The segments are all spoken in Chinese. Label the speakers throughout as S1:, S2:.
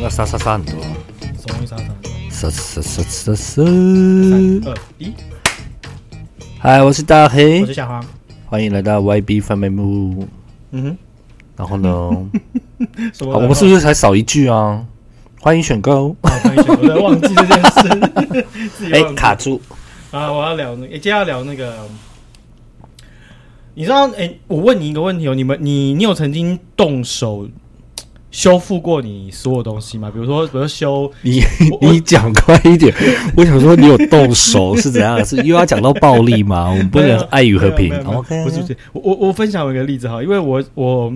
S1: 个啥啥啥很多，
S2: 什么意思啊？
S1: 啥啥啥啥啥。
S2: 二一，
S1: 嗨，我是大黑
S2: 我是，小黄。
S1: 欢迎来到 YB 贩卖部。
S2: 嗯
S1: 然 后呢，
S2: 哼，什么？
S1: 好，我们是不是才少一句啊？欢迎选购。
S2: 啊？不好意思我在忘记这件事，自 己
S1: 哎
S2: 忘，记
S1: 卡住。
S2: 啊！我要聊那个，哎今天要聊那个，你知道？哎、我问你一个问题哦，你们，你你有曾经动手修复过你所有东西吗？比如说，比如说修，
S1: 你
S2: 我我
S1: 你讲快一点，我想说你有动手是怎样？是又要讲到暴力吗？我们不
S2: 没
S1: 能
S2: 有
S1: 爱与和平。
S2: 没有没有没有
S1: OK，
S2: 啊
S1: 啊
S2: 不是不是，我我我分享一个例子哈，因为我我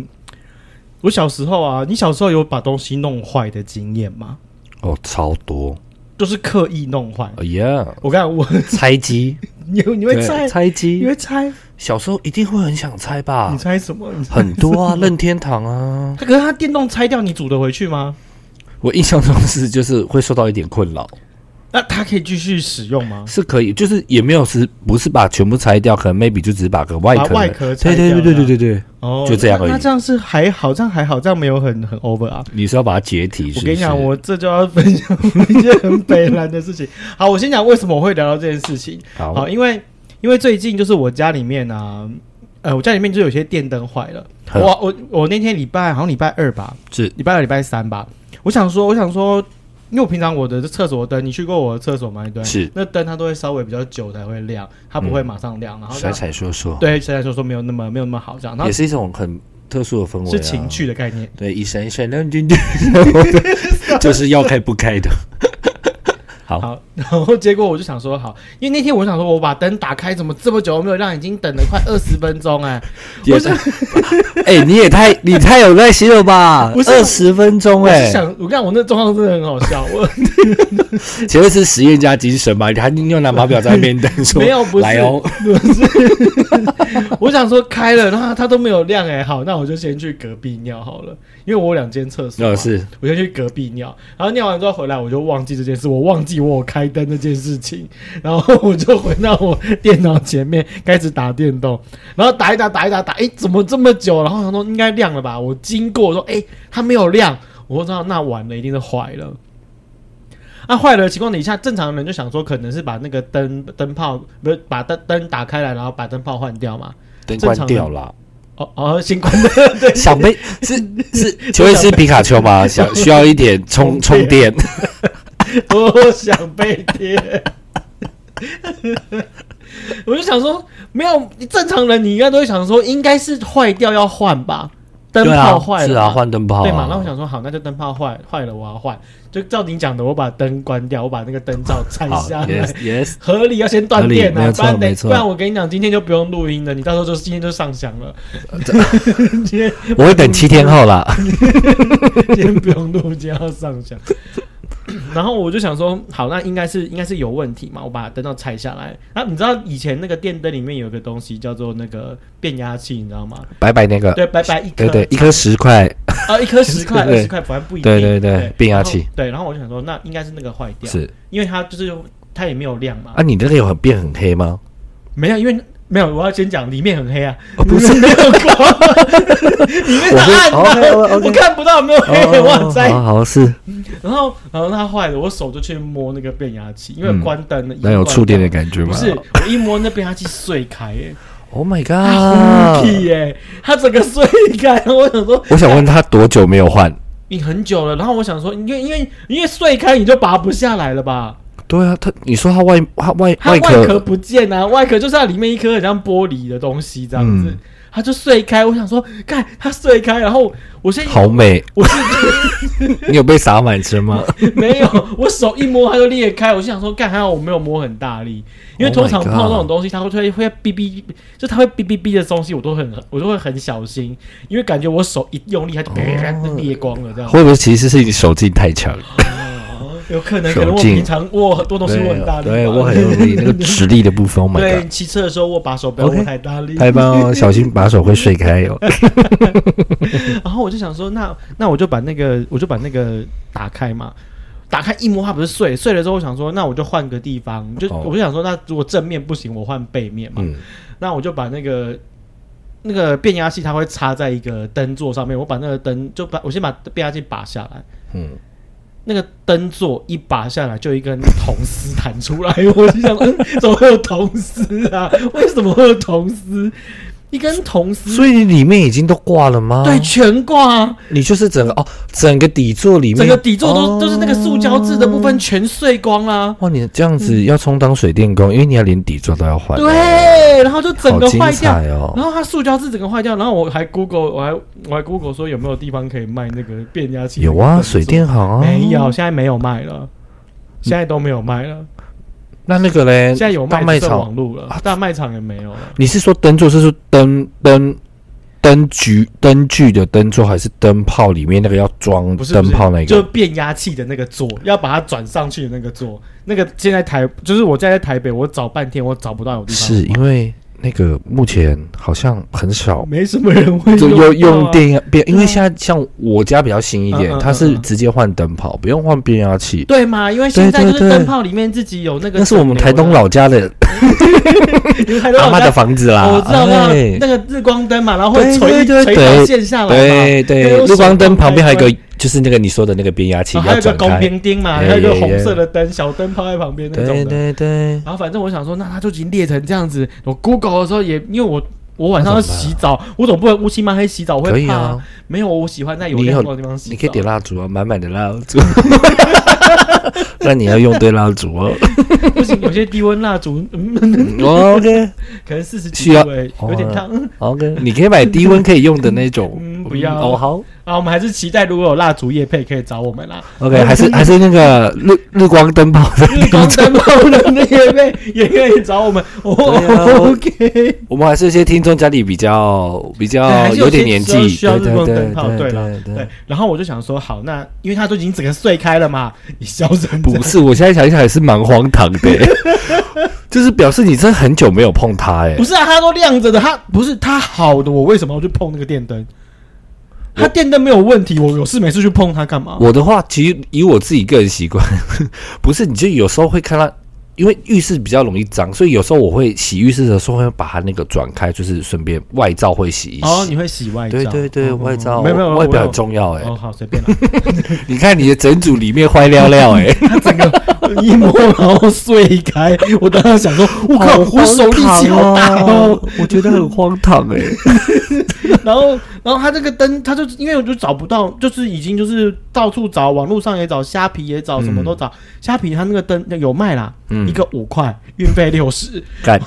S2: 我小时候啊，你小时候有把东西弄坏的经验吗？
S1: 哦，超多。
S2: 就是刻意弄坏。
S1: 哎呀，
S2: 我刚才我
S1: 猜机，
S2: 你你会
S1: 对
S2: 猜，
S1: 猜啊
S2: 你
S1: 机
S2: 会，猜，
S1: 小时候一定会很想猜吧
S2: 你？猜什么？你猜
S1: 很多啊，任天堂啊，
S2: 可是它电动拆掉，你组得回去吗？
S1: 我印象中是就是会受到一点困扰，
S2: 那它可以继续使用吗？
S1: 是可以，就是也没有是不是把全部拆掉，可能 maybe 就只是把个外
S2: 把
S1: 壳，
S2: 外壳拆
S1: 对
S2: 掉
S1: 对对对对对对，
S2: 哦，
S1: 就这样而已
S2: 那那这样是还好，这样还好，这样没有很很 over 啊。
S1: 你是要把它解体？
S2: 我
S1: 是不
S2: 跟你讲，
S1: 是
S2: 我这就要分享 一件很北蓝的事情。好，我先讲为什么我会聊到这件事情。
S1: 好
S2: 好，因为因为最近就是我家里面啊，呃，我家里面就有些电灯坏了。
S1: 呵
S2: 我我我那天礼拜好像礼拜二吧，
S1: 是
S2: 礼拜二礼拜三吧。我想说，我想说，因为我平常我的厕所灯，你去过我的厕所吗？对，
S1: 是嗯
S2: 那灯它都会稍微比较久才会亮，它不会马上亮，然后
S1: 甩
S2: 它
S1: 彩说说，
S2: 对，虽然说说没有那么没有那么好这样，然后
S1: 也是一种很特殊的氛围、啊，
S2: 是情。趣的概念。
S1: 对，一闪一闪亮晶晶，嗯 就是要开不开的。好
S2: 好， 然后结果我就想说好，因为那天我想说，我把灯打开，怎么这么久没有亮？已经等了快二十分钟哎、
S1: 也
S2: 我是
S1: 哎、你也太你太有耐心了吧
S2: 不？是
S1: 二十分钟
S2: 我
S1: 哎、
S2: 是想，我看我那状况真的很好笑，我
S1: 请问是实验家精神吗？你还又拿码表在那边等说，
S2: 没有不是
S1: 来哦，
S2: 我想说开了，然后它都没有亮哎、好，那我就先去隔壁尿好了，因为我有两间厕所嘛，
S1: 那哦是
S2: 我先去隔壁尿，然后尿完之后回来，我就忘记这件事，我忘记我有开灯这件事情，然后我就回到我电脑前面开始打电动，然后打一打打一打打，哎，怎么这么久？然后想说应该亮了吧，我经过我说，哎，它没有亮，我知道那完了，一定是坏了。那、坏了的情况底下，正常人就想说，可能是把那个灯灯泡不是把灯灯打开来，然后把灯泡换掉嘛。
S1: 灯
S2: 正
S1: 关
S2: 常
S1: 掉了。
S2: 哦哦，先关灯，对，
S1: 想被是 是，请问是皮卡丘吗？想需要一点充充电，
S2: 多想被贴。 我就想说，没有正常人，你应该都会想说，应该是坏掉要换吧，灯
S1: 对
S2: 泡
S1: 啊，
S2: 坏了
S1: 是
S2: 嘛，
S1: 啊，换灯泡、啊，
S2: 对嘛？然后我想说，好，那就灯泡坏坏了，我要换。就照你讲的，我把灯关掉，我把那个灯罩拆
S1: 好
S2: 下来
S1: ，yes。yes，
S2: 合理要先断电
S1: 合理没
S2: 啊，
S1: 有
S2: 不
S1: 错
S2: 然等
S1: 没，错
S2: 不然我跟你讲，今天就不用录音了，你到时候就是今天就上香了。今天
S1: 我会等七天后 啦。
S2: 今天不用录，今天要上香。然后我就想说，好，那应该是应该是有问题嘛，我把灯罩拆下来。然后你知道以前那个电灯里面有一个东西叫做那个变压器，你知道吗？
S1: 拜拜那个，
S2: 对，白白一颗，
S1: 对对，一颗十块，
S2: 啊，一颗十块、二
S1: 对
S2: 十块，反正不一
S1: 对
S2: 定。
S1: 对对变压器。
S2: 然后对，然后我就想说，那应该是那个坏掉，
S1: 是
S2: 因为它就是它也没有亮嘛
S1: 啊，，你那个有很变很黑 吗？
S2: 没有，因为没有，我要先讲里面很黑啊，
S1: 哦不是
S2: 里面没有光，里面是暗
S1: 我是
S2: 的，
S1: ，OK，OK，OK
S2: 我看不到有没有黑，我很在意
S1: 哦好好是，
S2: 然后，呃然后它坏了，我手就去摸那个变压器，因为
S1: 嗯
S2: 关灯了，
S1: 那有触电的
S2: 觉
S1: 感觉吗？
S2: 不是，我一摸那变压器碎开、欸，
S1: ，Oh my
S2: 哎
S1: god！
S2: 屁耶、它整个碎开，我想说
S1: 我想问他多久没有换？
S2: 你很久了，然后我想说，因为因为因为碎开你就拔不下来了吧？
S1: 对啊，他你说他外他外
S2: 它外
S1: 壳
S2: 壳不见啊，外壳就是它里面一颗很像玻璃的东西这样子，
S1: 嗯
S2: 它就碎开，我想说，看它碎开，然后我先
S1: 好美，
S2: 我是。
S1: 你有被洒满身 吗？
S2: 没有，我手一摸它就裂开，我就想说，干还好我没有摸很大力，因
S1: Oh
S2: 为
S1: my
S2: 通常
S1: God
S2: 碰到那种东西，它会会会哔哔，就它会哔哔哔的东西，我都很我都会很小心，因为感觉我手一用力，
S1: 哦
S2: 它就啪啪啪就裂光了这样。
S1: 会不会其实是你手劲太强？
S2: 有可能，
S1: 手
S2: 可能我
S1: 劲
S2: 平常握很多东西
S1: 对
S2: 握很大力吧，
S1: 对我很用力，那个 直立的部分，Oh my
S2: 对
S1: god！
S2: 骑车的时候握把手不要握
S1: OK
S2: 太大力。
S1: 太棒哦，小心把手会碎开哦。
S2: 然后我就想说，那那我就把那个我就把那个打开嘛，打开一摸它不是碎碎了之后，我想说那我就换个地方，就、
S1: 哦
S2: 我就想说，那如果正面不行，我换背面嘛。
S1: 嗯，
S2: 那我就把那个那个变压器它会插在一个灯座上面，我把那个灯就把我先把变压器拔下来，
S1: 嗯，
S2: 那个灯座一拔下来，就一根铜丝弹出来， 我就想，嗯，怎么会有铜丝啊？为什么会有铜丝？一根铜 丝，
S1: 所以里面已经都挂了吗？
S2: 对，全挂啊，
S1: 你就是整个哦，整个底座里面，
S2: 整个底座都、
S1: 哦
S2: 都是那个塑胶制的部分全碎光啊啦、
S1: 哇，你这样子要充当水电工，因为你要连底座都要换。，
S2: 对，然后就整
S1: 好
S2: 个
S1: 精
S2: 坏掉，
S1: 彩哦
S2: 然后它塑胶是整个坏掉，然后我还 Google，我还我还 Google 说有没有地方可以卖那个变压器的
S1: 有
S2: 那个灯座？
S1: 啊，水电行啊，
S2: 没有，。现在没有卖了，现在都没有卖了，
S1: 那那个嘞，
S2: 现在有卖
S1: 嗯大卖
S2: 只剩
S1: 场
S2: 网路了，大卖场也没有了。
S1: 你是说灯座，是说灯灯灯具灯具的灯座，还是灯泡里面那个要装
S2: 不是
S1: 灯泡
S2: 不
S1: 那
S2: 是就
S1: 个？
S2: 变压器的那个座，要把它转上去的那个座，那个现在台就是我在台北，我找半天我找不到有地方
S1: 是
S2: 卖
S1: 因为那个目前好像很少
S2: 没什么人会
S1: 就
S2: 用
S1: 用
S2: 到
S1: 用
S2: 啊
S1: 电压变，因为
S2: 对啊
S1: 现在像我家比较新一
S2: 嗯嗯
S1: 点
S2: 嗯，
S1: 它是
S2: 嗯
S1: 直接换灯泡，不用换变压器。
S2: 对嘛？因为现在
S1: 对
S2: 就
S1: 对
S2: 是
S1: 对
S2: 灯泡里面自己有那个，
S1: 那是我们台东，老家的
S2: 你 们台东
S1: 阿
S2: 老
S1: 妈
S2: 家
S1: 的房子啦，
S2: 我知道那
S1: 哎
S2: 那个日光灯嘛，然后会
S1: 对
S2: 垂
S1: 对对
S2: 垂导
S1: 对
S2: 线下来嘛，
S1: 对
S2: 那
S1: 对，
S2: 种
S1: 日光
S2: 手
S1: 灯旁边还有
S2: 开
S1: 一个，就是那个你说的那个变压器
S2: 哦然
S1: 要
S2: 后还有一
S1: 转
S2: 个拱
S1: 开。
S2: 平钉嘛，
S1: 哎
S2: 还有一个
S1: 哎
S2: 红
S1: 哎
S2: 色的灯，小灯泡在旁边那种
S1: 对
S2: 的。
S1: 对对，
S2: 然后反正我想说，那它就已经裂成这样子。我 Google 的时候也，因为我我晚上要
S1: 那怎么办啊
S2: 洗澡，我总不能乌漆嘛黑洗澡，我
S1: 可
S2: 会
S1: 以
S2: 怕。
S1: 啊，
S2: 没有，我喜欢在有
S1: 你
S2: 亮
S1: 有
S2: 光的地方洗澡。
S1: 你可以点蜡烛啊，满满的蜡烛。 那你要用对蜡烛 哦。
S2: 不行，有些低温蜡烛，嗯，
S1: OK
S2: 可能四十几
S1: 需要
S2: 度、欸，有点烫。
S1: OK，你可以买低温可以用的那种。
S2: 嗯不要
S1: 哦，好。
S2: 啊，我们还是期待如果有蜡烛夜配可以找我们啦。
S1: OK，还 是还是那个日日光灯泡的
S2: 日光灯泡的那夜配也可以找我们。 哦、
S1: 对啊我
S2: OK，
S1: 我们还是有些听众家里比较比
S2: 对还
S1: 较
S2: 是有
S1: 哦有点
S2: 些
S1: 年
S2: 时候
S1: 纪，
S2: 需要
S1: 对
S2: 日光
S1: 对
S2: 灯
S1: 对
S2: 泡对啦
S1: 对
S2: 对。。然后我就想说，好，那因为它都已经整个碎开了嘛，你消成这
S1: 不
S2: 样
S1: 是，我现在想一想也是蛮荒唐的欸、 就是表示你真的很久没有碰它哎、
S2: 不是啊，它都亮着的，它不是它好的，我为什么要去碰那个电灯？它电灯没有问题，我有事没事去碰它干嘛？
S1: 我的话，其实以我自己个人习惯， 不是，你就有时候会看到，因为浴室比较容易脏，所以有时候我会洗浴室的时候会把它那个转开，就是顺便外罩会洗一洗。
S2: 哦，你会洗外罩？
S1: 对对对，
S2: 哦
S1: 外罩，
S2: 没有没有
S1: 外表
S2: 我
S1: 很重要哎、
S2: 哦，好，随便啦。
S1: 你看你的整组里面坏料料哎、
S2: 它整个 一摸，然后碎开。我当时想说， 我靠，
S1: 好
S2: 我手力气好大
S1: 荒唐
S2: 哦。
S1: 我觉得很荒唐哎、
S2: 然后，然后它这个灯，它就因为我就找不到，就是已经就是到处找，网络上也找，虾皮也找，什么都找。虾皮它那个灯有卖啦，
S1: 嗯
S2: 一个五块，运费六十。
S1: 干，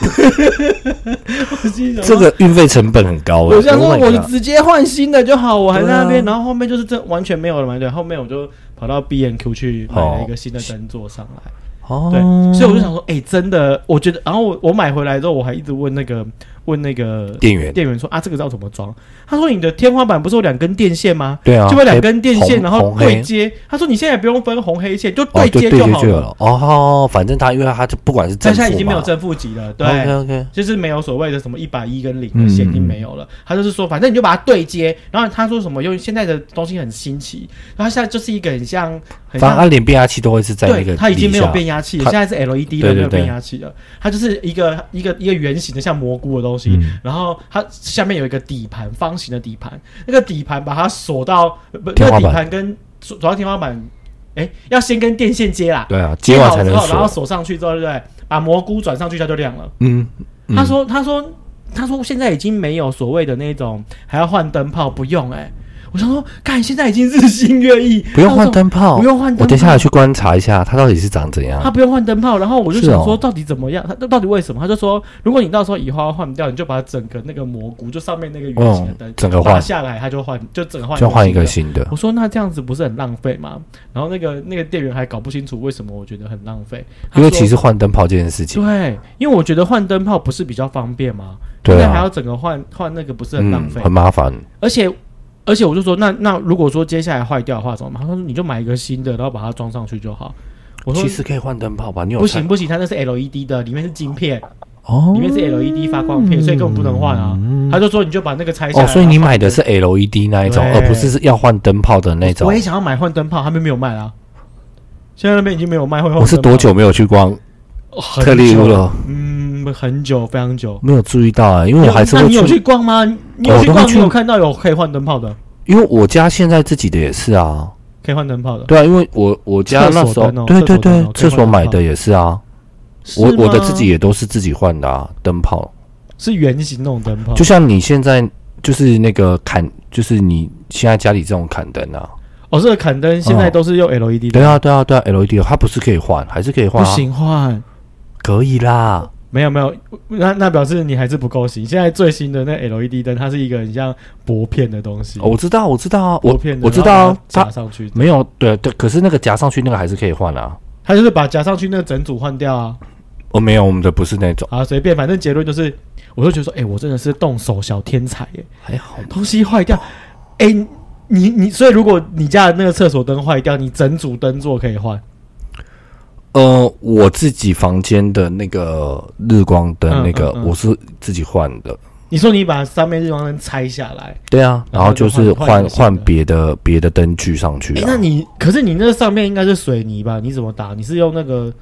S2: 我心想
S1: 这
S2: 说
S1: 个运费成本很高哎、
S2: 我想说，
S1: Oh my
S2: 我
S1: God
S2: 直接换新的就好，我还在那边。
S1: 对
S2: 然后后面就是这完全没有了嘛，对。后面我就跑到 B N Q 去买了一个新的灯座上来，
S1: 哦，
S2: 对。所以我就想说，哎、真的，我觉得。然后我我买回来之后，我还一直问那个问那个
S1: 店员，
S2: 店员说啊，这个要怎么装？他说你的天花板不是有两根电线吗？
S1: 对啊，
S2: 就会两根电线，
S1: 黑
S2: 然后
S1: 红黑
S2: 对接。他说你现在也不用分红黑线，就
S1: 哦，
S2: 对接
S1: 对
S2: 好
S1: 就有
S2: 了。
S1: 了。哦，反正他因为他就不管是
S2: 他
S1: 正
S2: 现
S1: 负
S2: 在已经没有
S1: 嘛
S2: 正负极了，对。
S1: OK OK，
S2: 就是没有所谓的什么一百一跟零的
S1: 嗯
S2: 线已经没有了，他就是说，反正你就把它对接。然后他说什么，因为现在的东西很新奇，然后现在就是一个很像，很
S1: 反正
S2: 像，
S1: 他连变压器都会是在那
S2: 对，
S1: 个
S2: 它已经
S1: 底
S2: 没有
S1: 下
S2: 变压器了，
S1: 它
S2: 现在是 LED
S1: 对
S2: 的，
S1: 对
S2: 没有变
S1: 对
S2: 压器了，它就是一个一个一个圆形的像蘑菇的东西，
S1: 嗯
S2: 然后它下面有一个底盘，方形的底盘，那个底盘把它锁到呃不，
S1: 天
S2: 那
S1: 花
S2: 个
S1: 板
S2: 底盘跟锁锁到天花板，哎，要先跟电线接啦，
S1: 对啊，接完
S2: 好
S1: 才
S2: 之
S1: 能
S2: 后，然后
S1: 锁。
S2: 锁上去之后，对不对？把蘑菇转上去，它就亮了。
S1: 嗯，嗯
S2: 他说：“他说，他说，现在已经没有所谓的那种还要换灯泡，不用哎、我想说，看现在已经日新月异，
S1: 不用换灯
S2: 他说，
S1: 泡
S2: 不，用换灯泡。
S1: 我等一下来去观察一下它到底是长怎
S2: 他
S1: 样。
S2: 不用换灯泡，然后我就是想说，
S1: 啊哦
S2: 到底怎么样？他到底为什么？他就说，如果你到时候以后要换掉，你就把整个那个蘑菇，就上面那个圆形的灯
S1: 嗯，整个
S2: 拔
S1: 换
S2: 下来，他就换，就整个换，
S1: 就换一个。新的，
S2: 我说那这样子不是很浪费吗？然后那个那个店员还搞不清楚为什么我觉得很浪费，他
S1: 因为
S2: 说
S1: 其实换灯泡这件事情，
S2: 对，因为我觉得换灯泡不是比较方便吗？
S1: 对啊
S2: 现在还要整个换换那个，不是很浪
S1: 嗯，
S2: 费？
S1: 很麻烦。
S2: 而且而且我就说，那那如果说接下来坏掉的话怎么办？他说你就买一个新的，然后把它装上去就好。我说
S1: 其实可以换灯泡吧，你有
S2: 不
S1: 看
S2: 行不行，它那是 LED 的，里面是晶片，
S1: 哦
S2: 里面是 LED 发光片，所以根本不能换啊。他就说你就把那个拆下来。
S1: 哦，所以你买的
S2: 然后
S1: 是 LED 那一种，
S2: 对
S1: 而不是是要换灯泡的那
S2: 换我
S1: 种
S2: 我也。想要买换灯泡，他们没有卖啦。啊现在那边已经没有卖会换。
S1: 我哦是多？久没有去逛
S2: 哦很久
S1: 特利屋了？
S2: 嗯，很久，非常久。
S1: 没有注意到啊，因为我还是
S2: 那
S1: 会
S2: 你有
S1: 去
S2: 去逛吗？你有
S1: 我
S2: 去
S1: 都会
S2: 逛？你
S1: 去
S2: 有看到有可以换灯泡的？
S1: 因为我家现在自己的也是啊，
S2: 可以换灯泡的。
S1: 对啊，因为我我家那时
S2: 哦厕所
S1: 候，
S2: 灯哦
S1: 对对
S2: 厕所灯
S1: 对
S2: 哦，可以
S1: 厕所
S2: 换
S1: 买
S2: 灯泡
S1: 的也是啊，我
S2: 是
S1: 我的
S2: 吗哦
S1: 自己也都是自己换的啊，灯泡，
S2: 是圆形那种灯泡，
S1: 就像你现在就是那个砍，就是你现在家里这种砍灯啊，
S2: 哦，这个砍灯现在都是用 LED 的，
S1: 对啊对啊对啊，LED 它不是可以换，还是可以换、
S2: 不
S1: 啊，，
S2: 行换。
S1: 可以啦，
S2: 没有没有，那那表示你还是不够新。现在最新的那 LED 灯，它是一个很像薄片的东西，
S1: 哦我知道我知道啊，我
S2: 薄片的，
S1: 我知道
S2: 然后
S1: 啊，
S2: 把它
S1: 它
S2: 夹上去，
S1: 没有对对，可是那个夹上去那个还是可以换啊，
S2: 它就是把夹上去那整组换掉啊。
S1: 哦没有，我们的不是那种，
S2: 啊，随便，反正结论就是，我就觉得说，哎、我真的是动手小天才耶，
S1: 还好吧，
S2: 东西坏掉，哎、你你，所以如果你家的那个厕所灯坏掉，你整组灯座可以换，
S1: 呃，我自己房间的那个日光灯
S2: 嗯
S1: 那个
S2: 嗯嗯
S1: 我是自己换的。
S2: 你说你把三面日光灯拆下来，
S1: 对啊，
S2: 然
S1: 然
S2: 后
S1: 后
S2: 就
S1: 就是
S2: 换换一
S1: 换
S2: 个新
S1: 换
S2: 的
S1: 别的别的灯具上去
S2: 哎、
S1: 啊。
S2: 那你可是你那上面应该是水泥吧？你怎么打？你是用那
S1: 哦
S2: 个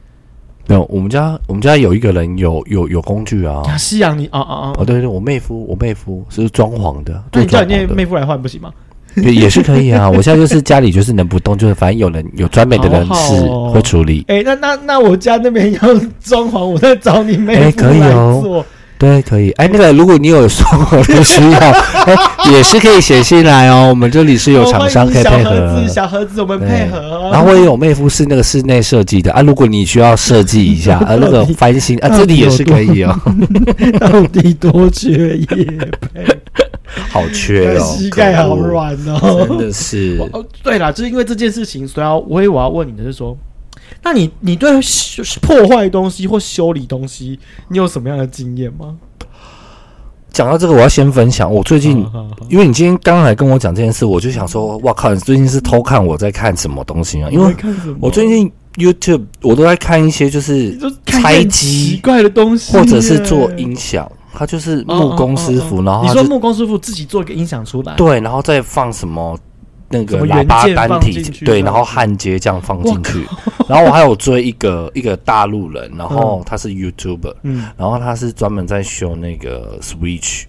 S1: 没有？我们家我们家有一个人有有有工具啊。
S2: 啊西洋泥啊啊啊
S1: 哦，！对对，我妹夫，我妹夫是装潢的，
S2: 那
S1: 对
S2: 你叫
S1: 装
S2: 你那
S1: 潢的
S2: 妹夫来换不行吗？
S1: 对也是可以啊。我现在就是家里就是能不动，就是反正有人有专门的人
S2: 好好
S1: 是
S2: 哦
S1: 会处理。
S2: 哎、那那那我家那边要装潢，我再找你妹
S1: 哎
S2: 夫
S1: 可以
S2: 来
S1: 哦
S2: 做。
S1: 对，可以。哎，那个如果你有生活的需 要，哎，也是可以写信来哦。我们这里是有
S2: 哦欢
S1: 厂
S2: 迎
S1: 商可以配
S2: 小盒
S1: 合
S2: 子，。小盒子，我们
S1: 对
S2: 配合哦。
S1: 然后我也有妹夫是那个室内设计的啊，如果你需要设计一 下，啊，那个翻新啊，这里也是可以哦。
S2: 到底多缺液配？
S1: 好 缺哦，
S2: 膝盖好软
S1: 可恶，真
S2: 哦。
S1: 的是。
S2: 哦，对啦，就是因为这件事情，所以要啊我也我要问你的是说，那你你对修破坏东西或修理东西，你有什么样的经验吗？
S1: 讲到这个，我要先分享，我最近
S2: 好好好
S1: 因为你今天刚才跟我讲这件事，我就想说，哇靠，你最近是偷看我在看什么东西啊？因
S2: 你
S1: 为
S2: 在看什么？
S1: 我最近 YouTube 我都在看一些就是
S2: 你就看一些
S1: 拆
S2: 很奇
S1: 机
S2: 怪的东西耶，
S1: 或者是做
S2: 嗯
S1: 音响，它就是木工师傅，
S2: 哦哦哦哦
S1: 然后
S2: 你
S1: 他
S2: 说
S1: 就
S2: 木工师傅自己做一个音响出来，
S1: 对，然后再放什么那
S2: 什
S1: 个
S2: 么
S1: 喇
S2: 元
S1: 叭
S2: 件
S1: 单
S2: 放
S1: 体
S2: 进去，
S1: 对，
S2: 这
S1: 然
S2: 样
S1: 后
S2: 子
S1: 焊接这样放
S2: 哇
S1: 进去。然后我还有追一个一个大陆人，然后他是 YouTuber，
S2: 嗯，
S1: 然后他是专门在修那个 Switch。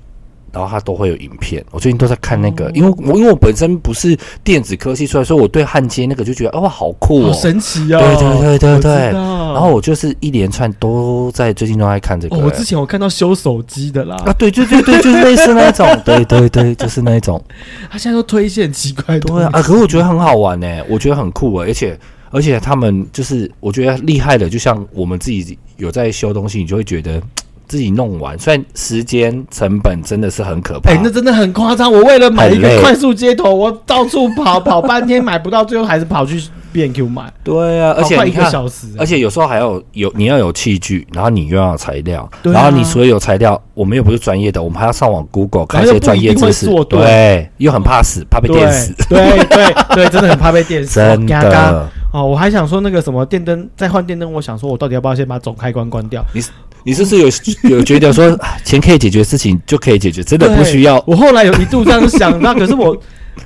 S1: 然后他都会有影片，我最近都在看那个，
S2: 哦
S1: 因为我因为我本身不是电子科技出来，所以我对焊接那个就觉得哦好酷
S2: 好
S1: 哦，
S2: 神奇哦。
S1: 对对对对对
S2: 我知道
S1: 然后我就是一连串都在最近都在看这个、
S2: 哦，我之前有看到修手机的啦，
S1: 啊对对对对，就是类似那一种， 对对对，就是那一种，
S2: 他现在都推一些很奇怪的东
S1: 对
S2: 西
S1: 啊，啊，可是我觉得很好玩呢、我觉得很酷欸而且而且他们就是我觉得厉害的，就像我们自己有在修东西，你就会觉得嘖自己弄完，虽然时间成本真的是很可怕，
S2: 哎、那真的很夸张！我为了买一
S1: 啊很
S2: 个
S1: 累
S2: 快速接头，我到处跑跑半天买不到，最后还是跑去 B N Q 买，
S1: 对啊， 而
S2: 跑
S1: 且
S2: 快
S1: 你
S2: 一个
S1: 看。
S2: 小时、
S1: 而且有时候还要有你要有器具，然后你又要有材料，
S2: 对啊
S1: 然后你所有材料，我们又不是专业的，我们还要上网 Google 看
S2: 然
S1: 一
S2: 后又
S1: 些专业知识
S2: 不一定会做，对
S1: 对，又很怕死，怕被
S2: 对
S1: 电死，
S2: 对对 对，真的很怕被电死。
S1: 真
S2: 嘎嘎
S1: 的。
S2: 哦，我还想说那个什么电灯，再换电灯，我想说我到底要不要先把总开关关掉？
S1: 你是不是 有有觉得说啊钱可以解决事情就可以解决，真的不
S2: 对
S1: 需要
S2: 我后来有一度这样想， 那可是我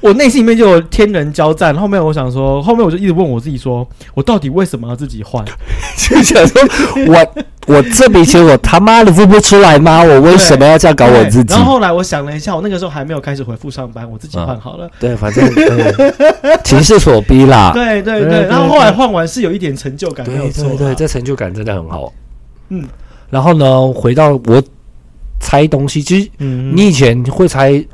S2: 我内心里面就有天人交战。后面我想说，后面我就一直问我自己说，我到底为什么要自己换？
S1: 就想说，我我这笔钱我他妈的付不出来吗？我为什么要这样搞我自己啊
S2: 对然？后后来我想了一下，我那个时候还没有开始回复上班，我自己换好了。
S1: 对，反正对情势所逼啦。
S2: 对对
S1: 啊对
S2: 对，
S1: 对
S2: 然后后来换完是有一点成就感，没有
S1: 对
S2: 错啦。
S1: 对对，这成就感真的很好。
S2: 嗯
S1: 然后呢，回到我拆东西，其实
S2: 嗯，
S1: 你以前会拆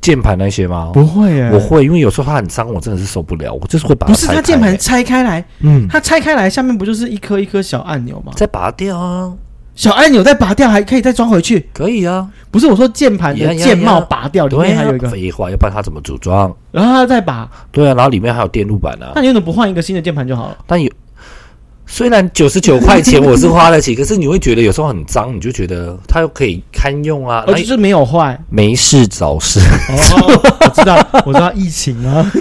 S1: 键盘那些吗？
S2: 不会耶？
S1: 我会，因为有时候它很脏，我真的是受不了，我就是会把它
S2: 不是
S1: 拆
S2: 它
S1: 开
S2: 键盘，拆开来，
S1: 嗯，
S2: 它拆开来下面不就是一颗一颗小按钮吗？
S1: 再拔掉啊，
S2: 小按钮再拔掉，还可以再装回去。
S1: 可以啊，
S2: 不是我说键盘
S1: 呀
S2: 的
S1: 呀呀
S2: 键帽拔掉，里
S1: 对
S2: 面还
S1: 啊
S2: 有一，个，
S1: 废话，要不然它怎么组装？
S2: 然后它再拔。
S1: 对啊，然后里面还有电路板啊
S2: 那。你为什么不换一个新的键盘就好了？
S1: 但有虽然九十九块钱 我是花得起，可是你会觉得有时候很脏，你就觉得它又可以堪用啊，
S2: 哦，
S1: 那、
S2: 就是没有坏。
S1: 没事找事，
S2: 哦，我知道，我知道疫情 啊。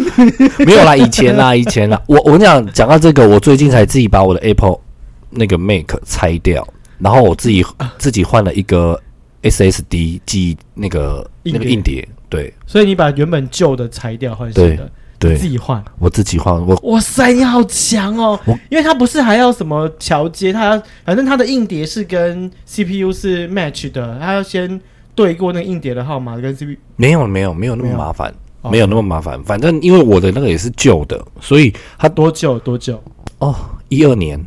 S1: 没有啦，以前 啦，以前啦，我我跟你讲讲到这个，我最近才自己把我的 Apple 那个 Mac 拆掉，然后我自己
S2: 啊
S1: 自己换了一个 SSD 记忆那个
S2: 硬
S1: 那
S2: 碟
S1: 个硬碟，对
S2: 所以你把原本旧的裁掉，换新的，
S1: 对
S2: 自，己换。
S1: 我自己换，我
S2: 哇塞，你好强哦
S1: 我！
S2: 因为它不是还要什么桥接，它要反正它的硬碟是跟 CPU 是 match 的，它要先对过那个硬碟的号码跟 CPU。
S1: 没有没有没有那
S2: 没
S1: 么
S2: 有哦
S1: 麻烦，没有那么麻烦。反正因为我的那个也是旧的，所以它
S2: 多久多久？
S1: 哦一二年，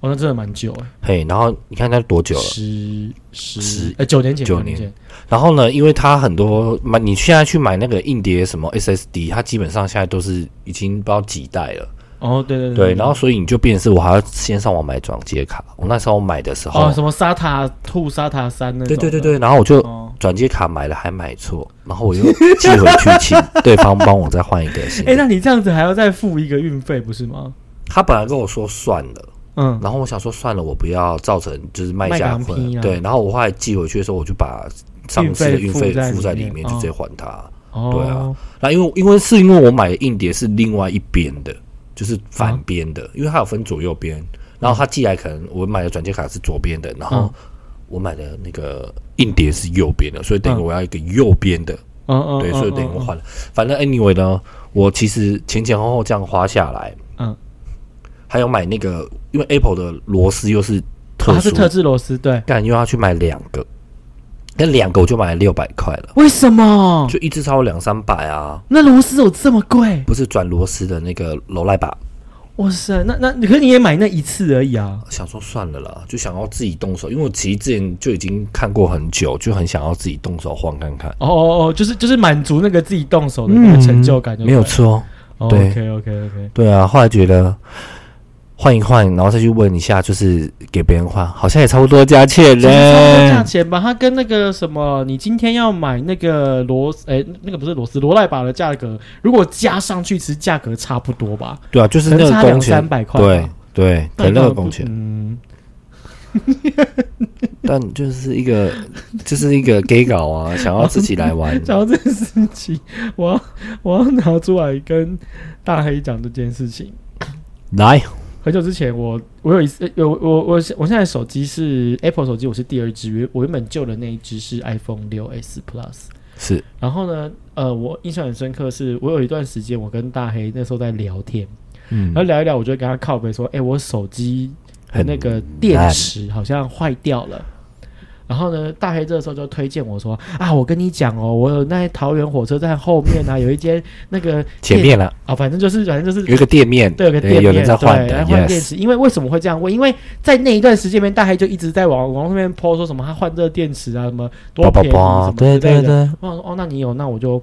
S2: 哦，那真的蛮久哎，
S1: 嘿，然后你看它多久了？
S2: 十十
S1: 十
S2: 哎九年前，
S1: 九
S2: 年
S1: 年
S2: 前，
S1: 然后呢，因为它很多买，你现在去买那个硬碟什么 SSD，它基本上现在都是已经不知道几代了。
S2: 哦对对
S1: 对，然后所以你就变成是我还要先上网买转接卡。我那时候买的时候，
S2: 哦什么沙塔兔、沙塔三那种，
S1: 对对对，对，然后我就
S2: 哦，
S1: 转接卡买了还买错，然后我又寄回去， 请对方帮我再换一个新
S2: 哎，
S1: 的。
S2: 那你这样子还要再付一个运费不是吗？
S1: 他本来跟我说算了，
S2: 嗯，
S1: 然后我想说算了，我不要造成就是卖
S2: 卖
S1: 家
S2: 港
S1: 混
S2: 批
S1: 乱。
S2: 啊
S1: 对，然后我后来寄回去的时候，我就把上次的
S2: 运
S1: 运
S2: 费
S1: 费
S2: 付在
S1: 付在里
S2: 里面
S1: 面，就
S2: 哦
S1: 直接还他。
S2: 哦
S1: 对啊，那因为因为是因为我买的硬碟是另外一边的，就是反边
S2: 哦
S1: 的，因为它有分左右边。然后他寄来可能我买的转接卡是左边的，然后
S2: 嗯
S1: 我买的那个硬碟是右边的，所以等于
S2: 嗯
S1: 我要一个右边的，
S2: 嗯嗯，
S1: 对，
S2: 嗯
S1: 所以等于
S2: 嗯
S1: 我
S2: 嗯
S1: 换了。反正 anyway 呢，我其实前前后后这样花下来，
S2: 嗯，
S1: 还有买那个，因为 Apple 的螺丝又是
S2: 啊
S1: 特
S2: 它是
S1: 殊，
S2: 特制螺丝，对，
S1: 干又要去买两个，那两个我就买了六百块了，
S2: 为什么
S1: 就一只超过两三百啊。
S2: 那螺丝有这么贵？
S1: 不是转螺丝的那个楼赖把，
S2: 哇塞，那那可是你也买那一次而已啊，
S1: 想说算了啦，就想要自己动手，因为我其实之前就已经看过很久，就很想要自己动手换看看。
S2: 哦哦哦，就是就是满足那个自己动手的那个嗯成就感就对了，
S1: 嗯没有错，
S2: 哦
S1: 对
S2: ，OK OK OK，
S1: 对啊，后来觉得换一换，然后再去问一下，就是给别人换，好像也差不多价钱
S2: 差不多价
S1: 嘞。
S2: 钱吧，它跟那个什么，你今天要买那个螺，哎、那个不是螺丝，罗赖把的价格，如果加上去，其实价格差不多吧，
S1: 对啊，就是
S2: 可
S1: 那
S2: 能
S1: 个
S2: 差
S1: 工
S2: 两三
S1: 钱，
S2: 百块吧，
S1: 对对，可
S2: 那
S1: 能那
S2: 倒
S1: 个
S2: 不
S1: 工钱，
S2: 嗯，
S1: 但就是一个就是一个 gay 搞啊，想要自己来玩。
S2: 讲到这个事情，我要我要拿出来跟大黑讲这件事情。
S1: 来，
S2: 很久之前我，我有一次，有我我我现在手机是 Apple 手机，我是第二只，我原本旧的那一只是 iPhone 六 S Plus。
S1: 是
S2: 然后呢，呃，我印象很深刻是，我有一段时间我跟大黑那时候在聊天，
S1: 嗯
S2: 然后，聊一聊，我就跟他靠背说，哎、我手机的那个电池好像坏掉了。然后呢，大黑这个时候就推荐我说啊，我跟你讲哦，我有那桃园火车站后 面啊，有一间那个
S1: 前面啦，
S2: 啊、反正就是反正就是
S1: 有一个店面，
S2: 对，有个
S1: 对
S2: 店面，
S1: 有人在换
S2: 对
S1: 的
S2: 来换电
S1: ，yes。
S2: 池。因为为什么会这样问？因为在那一段时间里面，大黑就一直在网网上面 PO 说什么他换这个电池啊，什么多便宜什么之
S1: 对
S2: 类
S1: 对
S2: 的。
S1: 对，
S2: 我想说哦，那你有，那我就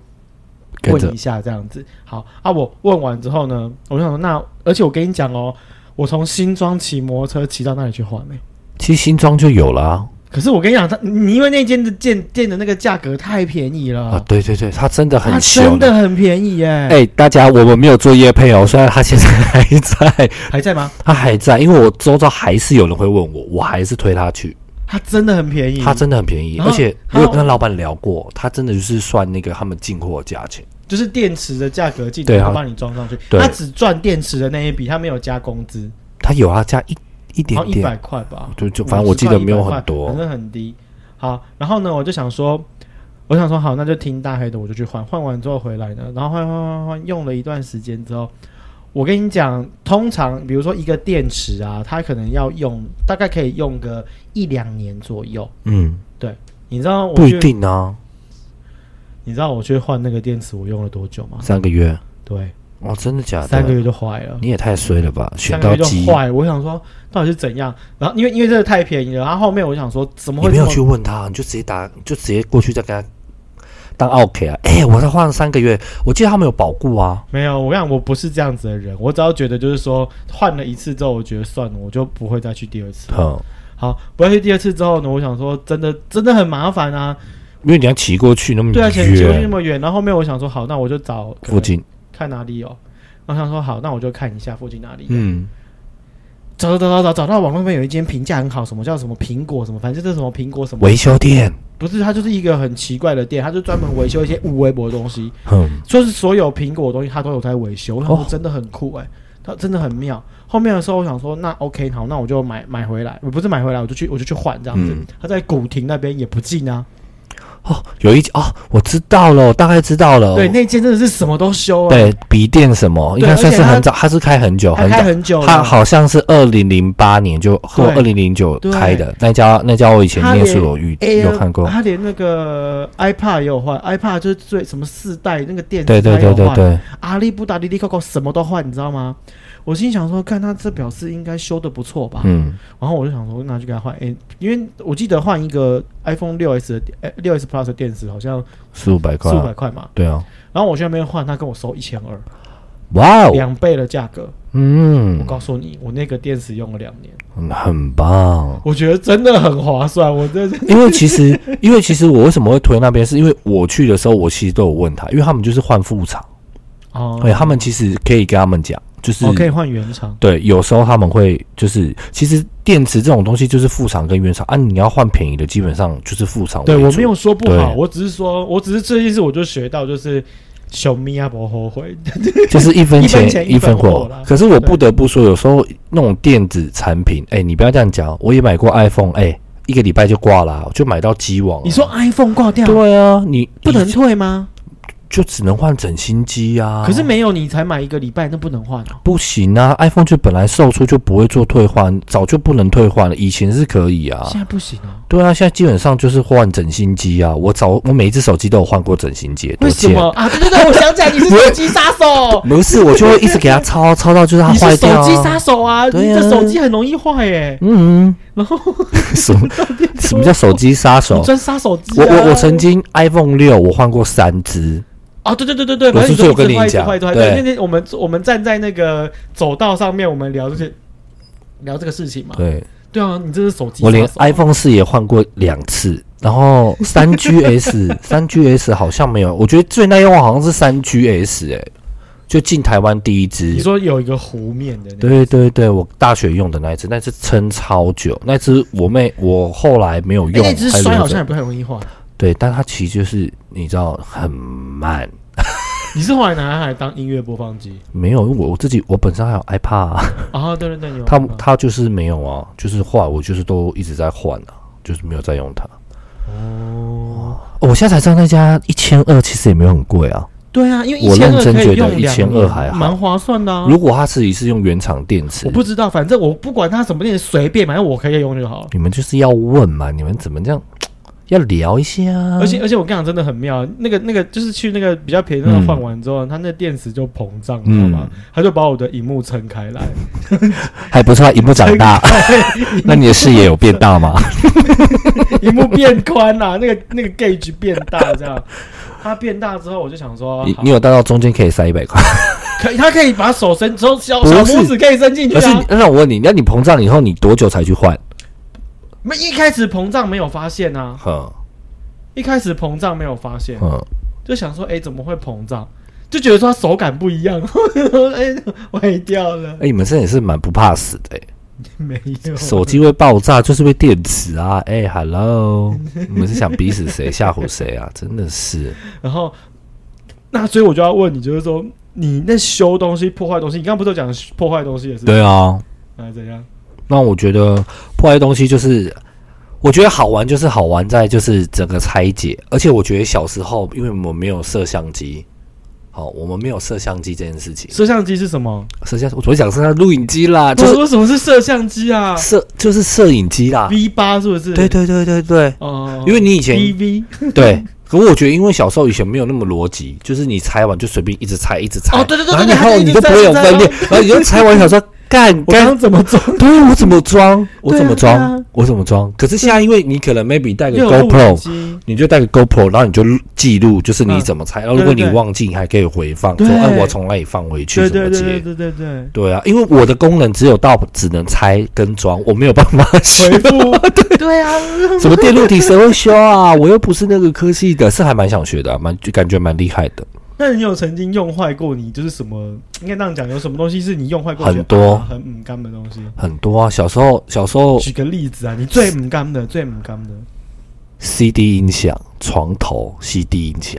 S1: 跟
S2: 问
S1: 着
S2: 一下这样子。好啊，我问完之后呢，我就想说那，而且我跟你讲哦，我从新庄骑摩托车骑到那里去换没、欸
S1: 其实新装就有了啊，
S2: 可是我跟你讲，他你因为那间的店店的那个价格太便宜了，
S1: 啊对对对，它真的
S2: 它
S1: 很
S2: 真
S1: 凶
S2: 的很便宜耶、
S1: 哎、大家，我们没有做业配哦，虽然它现在还在，
S2: 还在吗？
S1: 它还在，因为我周遭还是有人会问我，我还是推它去，
S2: 它真的很便宜，
S1: 它真的很便宜，
S2: 然后
S1: 而且
S2: 它
S1: 我有跟老板聊过，它真的就是算那个他们进货的价钱，
S2: 就是电池的价格进，
S1: 对
S2: 他
S1: 它
S2: 帮你装上去，
S1: 对
S2: 他只赚电池的那一笔，他没有加工资，
S1: 它有啊，加一一
S2: 然
S1: 点
S2: 后一百
S1: 点，
S2: 块吧，
S1: 就就反正我记得没有很
S2: 50块
S1: 多
S2: 反，正很低。好，然后呢，我就想说，我想说好，那就听大黑的，我就去换，换完之后回来呢，然后换换换换，用了一段时间之后，我跟你讲，通常比如说一个电池啊，它可能要用大概可以用个一两年左右，
S1: 嗯，
S2: 你知道我
S1: 不一
S2: 去，
S1: 定啊，
S2: 你知道我去换那个电池，我用了多久吗？
S1: 三个月，
S2: 对，
S1: 哦，真的假的？
S2: 三个月就坏了。
S1: 你也太衰了吧，选
S2: 三
S1: 到
S2: 个月就
S1: 鸡，
S2: 坏，我想说到底是怎样？然后因为因为这个太便宜了，然后后面我想说怎么
S1: 你
S2: 会
S1: 没
S2: 这
S1: 有
S2: 么
S1: 去问他，你就直接打，你就直接过去再跟他当 OK 啊？哎、我才换了三个月，我记得他们有保固啊。
S2: 没有？我跟你讲，我不是这样子的人，我只要觉得就是说换了一次之后，我觉得算了，我就不会再去第二次。
S1: 嗯，
S2: 好，不要去第二次之后呢，我想说真的真的很麻烦啊，
S1: 因为你要骑过去那么
S2: 对啊，前前去那
S1: 远，
S2: 么远，然后后面我想说好，那我就找可能
S1: 附近，
S2: 看哪里有。然后想说好，那我就看一下附近哪里有。
S1: 嗯，
S2: 找找找找找找到网络上面有一间评价很好，什么叫什么苹果什么，反正就是什么苹果什么，
S1: 维修店，
S2: 不是它就是一个很奇怪的店，它就专门维修一些无微博的东西。
S1: 嗯，
S2: 就是所有苹果的东西它都有在维修，然后
S1: 哦
S2: 真的很酷哎、它真的很妙。后面的时候我想说，那 OK 好，那我就买买回来，我不是买回来，我就去我就去换这样子。
S1: 嗯
S2: 它在古亭那边也不近啊，
S1: 哦，有一集哦，我知道了，我大概知道了。
S2: 对，那间真的是什么都修啊，，
S1: 哦对笔电什么，应
S2: 对
S1: 该算
S2: 而且
S1: 是
S2: 它
S1: 很早，它是开很久，
S2: 还
S1: 很早
S2: 开，很久哦了，
S1: 它好像是二零零八年就或
S2: 对
S1: 二零零九
S2: 对
S1: 开的那家，那家我以前
S2: 它
S1: 念
S2: 连
S1: 书有遇
S2: Air-
S1: 有看过，
S2: 他哎连那个 iPad 也有换，iPad 就是最什么四代那个电池
S1: 对对
S2: 它也有
S1: 对对
S2: 换
S1: 对，
S2: 阿里不达滴滴扣扣什么都换，你知道吗？我心想说，看他这表示应该修的不错吧。
S1: 嗯，
S2: 然后我就想说，拿去给他换。哎、因为我记得换一个 iPhone 六 S 的六 S Plus 的电池好像
S1: 四五百块
S2: 四
S1: 啊，
S2: 五百块嘛，
S1: 对啊，
S2: 然后我去那边换，他跟我收一千二，
S1: 哇哦，
S2: 两倍的价格。我
S1: 嗯，
S2: 告诉你，我那个电池用了两年，
S1: 很很棒。
S2: 我觉得真的很划算。我真的
S1: 因为其实， 因为其实我为什么会推那边，是因为我去的时候，我其实都有问他，因为他们就是换副厂，
S2: 哦
S1: 对，哎他们其实可以跟他们讲，就是、
S2: 我可以换原厂，
S1: 对，有时候他们会就是，其实电池这种东西就是副厂跟原厂啊，你要换便宜的，基本上就是副厂为
S2: 对
S1: 主。
S2: 我没有说不好，
S1: 对
S2: 我只是说，我只是这件事我就学到就是。小咪啊，不后悔，
S1: 哦就是一分
S2: 一分
S1: 钱
S2: 钱
S1: 一
S2: 一
S1: 分
S2: 分
S1: 货
S2: 货啦。
S1: 可是我不得不说，有时候那种电子产品，哎、你不要这样讲，我也买过 iPhone，哎、一个礼拜就挂啦、我就买到机网、啊
S2: 你说 iPhone 挂掉
S1: 对啊，你
S2: 不能
S1: 你
S2: 退吗？
S1: 就只能换整新机啊。
S2: 可是没有你才买一个礼拜，那不能换哦。
S1: 不行啊，iPhone 就本来售出就不会做退换，早就不能退换了，以前是可以啊。
S2: 现在不行哦。
S1: 对啊，现在基本上就是换整新机啊。我早我每一只手机都有换过整新机，多
S2: 为什
S1: 贱！
S2: 么啊？对对对，我想起来，你是手机杀手，
S1: 不是，我就会一直给它抄，抄到就是它
S2: 你
S1: 坏
S2: 是手
S1: 掉、
S2: 机
S1: 啊
S2: 杀。手啊！
S1: 对
S2: 你
S1: 啊
S2: 的手机很容易坏耶。
S1: 嗯，
S2: 然后
S1: 什 么什么叫手机杀手
S2: 你？专杀手机
S1: 我
S2: 啊。
S1: 我我曾经 iPhone 六我换过三只，
S2: 哦，对对对对对，
S1: 我是不是有跟你
S2: 一直
S1: 讲
S2: 坏一直坏一直坏对，那天我们我们站在那个走道上面，我们聊这些聊这个事情嘛。
S1: 对
S2: 对啊，你这是手机
S1: 我连
S2: 杀手
S1: iPhone 四也换过两次，然后三 GS 三 GS 好像没有，我觉得最耐用好像是三 GS 哎、就进台湾第一
S2: 你
S1: 只。
S2: 说有一个弧面的那个，
S1: 对对对，我大学用的那一只，那只撑超久，那只我妹我后来没有
S2: 哎
S1: 用，
S2: 那只
S1: 还
S2: 摔
S1: 留
S2: 好像
S1: 着
S2: 也不太容易坏。
S1: 对，但它其实就是你知道很慢，
S2: 你是后来拿它来当音乐播放机？
S1: 没有，因为我我自己我本身还有 iPad，、啊、
S2: 啊，对对对，有
S1: 它
S2: 有
S1: 它就是没有啊，就是换，我就是都一直在换啊，就是没有在用它。
S2: 哦，
S1: 哦我现在才知道那家一千二其实也没有很贵啊。
S2: 对啊，因为
S1: 我
S2: 一千
S1: 认
S2: 二
S1: 真
S2: 可
S1: 觉得
S2: 以用两
S1: 1200还
S2: 年，
S1: 好
S2: 蛮划算的啊。
S1: 如果它自己是用原厂电池
S2: 我，不知道，反正我不管它什么电池，随便，反正我可以用就好了。
S1: 你们就是要问嘛，你们怎么这样要聊一下、啊？
S2: 而且而且我跟你讲，真的很妙，那个那个就是去那个比较便宜的那
S1: 嗯
S2: 个换完之后，它那电池就膨胀，你知道吗？它就把我的荧幕撑开来，
S1: 还不错，荧幕长大，那你的视野有变大吗？
S2: 荧幕变宽啦、那个那个 gauge 变大，这样。它变大之后，我就想说，
S1: 你
S2: 好
S1: 你有大到中间可以塞一百 块，
S2: 可以，它可以把手伸，从小
S1: 不是
S2: 小拇指可以伸进去
S1: 可是
S2: 啊。
S1: 那我问你，那你膨胀以后你多久才去换？
S2: 没一开始膨胀没有发现啊，
S1: 哼
S2: 一开始膨胀没有发现，
S1: 哼，
S2: 就想说，哎、怎么会膨胀？就觉得说它手感不一样， 哎、歪掉了
S1: 哎、，你们这也是蛮不怕死的、欸，
S2: 没 有。
S1: 手机会爆炸就是会电池啊！哎、h e l l o 你们是想逼死谁、吓唬谁啊？真的是，
S2: 然后，那所以我就要问你，就是说，你那修东西、破坏东西，你刚刚不是有讲破坏东西也是？
S1: 对啊。
S2: 啊，怎样？
S1: 那我觉得破坏东西就是，我觉得好玩就是好玩在就是整个拆解，而且我觉得小时候因为我们没有摄像机，好，我们没有摄像机这件事情，
S2: 摄像机是什么？
S1: 摄像我昨天讲摄像录影机啦，就
S2: 我
S1: 是
S2: 说什么是摄像机啊
S1: 摄就是摄影机啦，
S2: ？V 八是不是？
S1: 对，对对对对，
S2: 哦、
S1: 因为你以
S2: D
S1: 前
S2: V
S1: 对。可我觉得，因为小时候以前没有那么逻辑，就是你拆完就随便一直拆，一直拆，
S2: 哦对对对
S1: 然后
S2: 对
S1: 然后
S2: 对
S1: 你
S2: 对
S1: 就不会有
S2: 拆
S1: 分裂，然后你就拆完想 说干
S2: 我
S1: 干
S2: 刚刚怎么装？
S1: 对我怎么装？ 我怎么装？
S2: 对啊对啊
S1: 我怎么装？可是现在，因为你可能 maybe 带个
S2: 又有录
S1: GoPro，
S2: 影机
S1: 你就带个 GoPro，然后你就记录，就是你怎么拆。然后如果你
S2: 嗯对对对
S1: 忘记，你还可以回放，说
S2: 对
S1: 哎，我从哪里放回去，
S2: 对
S1: 怎么
S2: 对对
S1: 接？
S2: 对对对对。
S1: 对啊，因为我的功能只有到只能拆跟装，我没有办法 修。
S2: 回复对对啊，
S1: 什么电路体谁会修啊？我又不是那个科系的，是还蛮想学的啊、蛮就感觉蛮厉害的。
S2: 那你有曾经用坏过你就是什么？应该这样讲，有什么东西是你用坏过
S1: 很多
S2: 觉得啊很母干的东西？
S1: 很多啊，小时候小时候
S2: 举个例子啊，你最母干的，最母干的，
S1: CD 音响、床头 CD 音响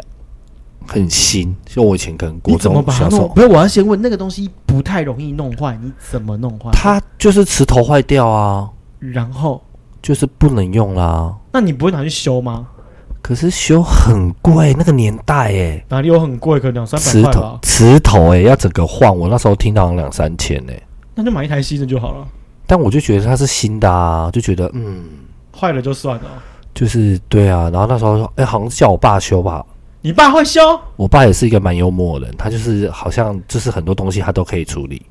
S1: 很新，就我以前可能国
S2: 你怎么
S1: 中
S2: 把它
S1: 小时
S2: 弄？
S1: 候
S2: 不，是，我要先问那个东西不太容易弄坏，你怎么弄坏？
S1: 它就是磁头坏掉啊，
S2: 然后，
S1: 就是不能用啦。
S2: 那你不会拿去修吗？
S1: 可是修很贵，那个年代哎、
S2: 哪里有很贵，可能两三
S1: 磁
S2: 百块
S1: 头
S2: 吧，
S1: 磁头哎、要整个换，我那时候听到好像两三千哎、
S2: 那就买一台新的就好了，
S1: 但我就觉得它是新的啊，就觉得嗯，
S2: 坏了就算了。
S1: 就是对啊。然后那时候说，哎、好像叫我爸修吧。
S2: 你爸会修？
S1: 我爸也是一个蛮幽默的人，他就是好像就是很多东西他都可以处理。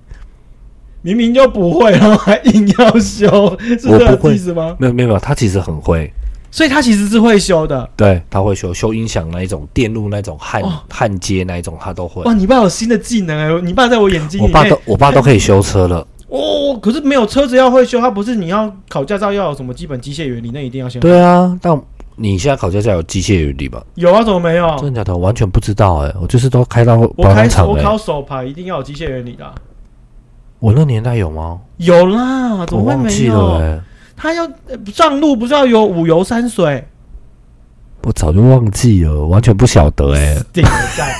S2: 明明就不会，然后还硬要修， 是
S1: 我
S2: 这
S1: 不
S2: 个
S1: 会
S2: 意思吗？
S1: 没有没有没有，他其实很会，
S2: 所以他其实是会修的。
S1: 对他会修修音响那一种、电路那一种、焊
S2: 哦
S1: 焊接那一种，他都会。
S2: 哇，哎你爸有新的技能哎！你爸在我眼睛
S1: 我
S2: 里
S1: 爸
S2: 面
S1: 都，我爸都可以修车 了。
S2: 哦，可是没有车子要会修，他不是你要考驾照要有什么基本机械原理，那一定要先
S1: 对啊，但你现在考驾照有机械原理吧？
S2: 有啊？怎么没有？
S1: 真的假的？我完全不知道哎、我就是都开到
S2: 我
S1: 保
S2: 开
S1: 养厂
S2: 我
S1: 哎、
S2: 考手牌一定要有机械原理的啊、
S1: 我那年代有吗？
S2: 有啦，怎
S1: 我
S2: 么会
S1: 忘
S2: 没
S1: 记了
S2: 有？
S1: 哎、
S2: 他要呃上路不是要有五油 三水？
S1: 我早就忘记了，完全不晓得哎、
S2: 顶了在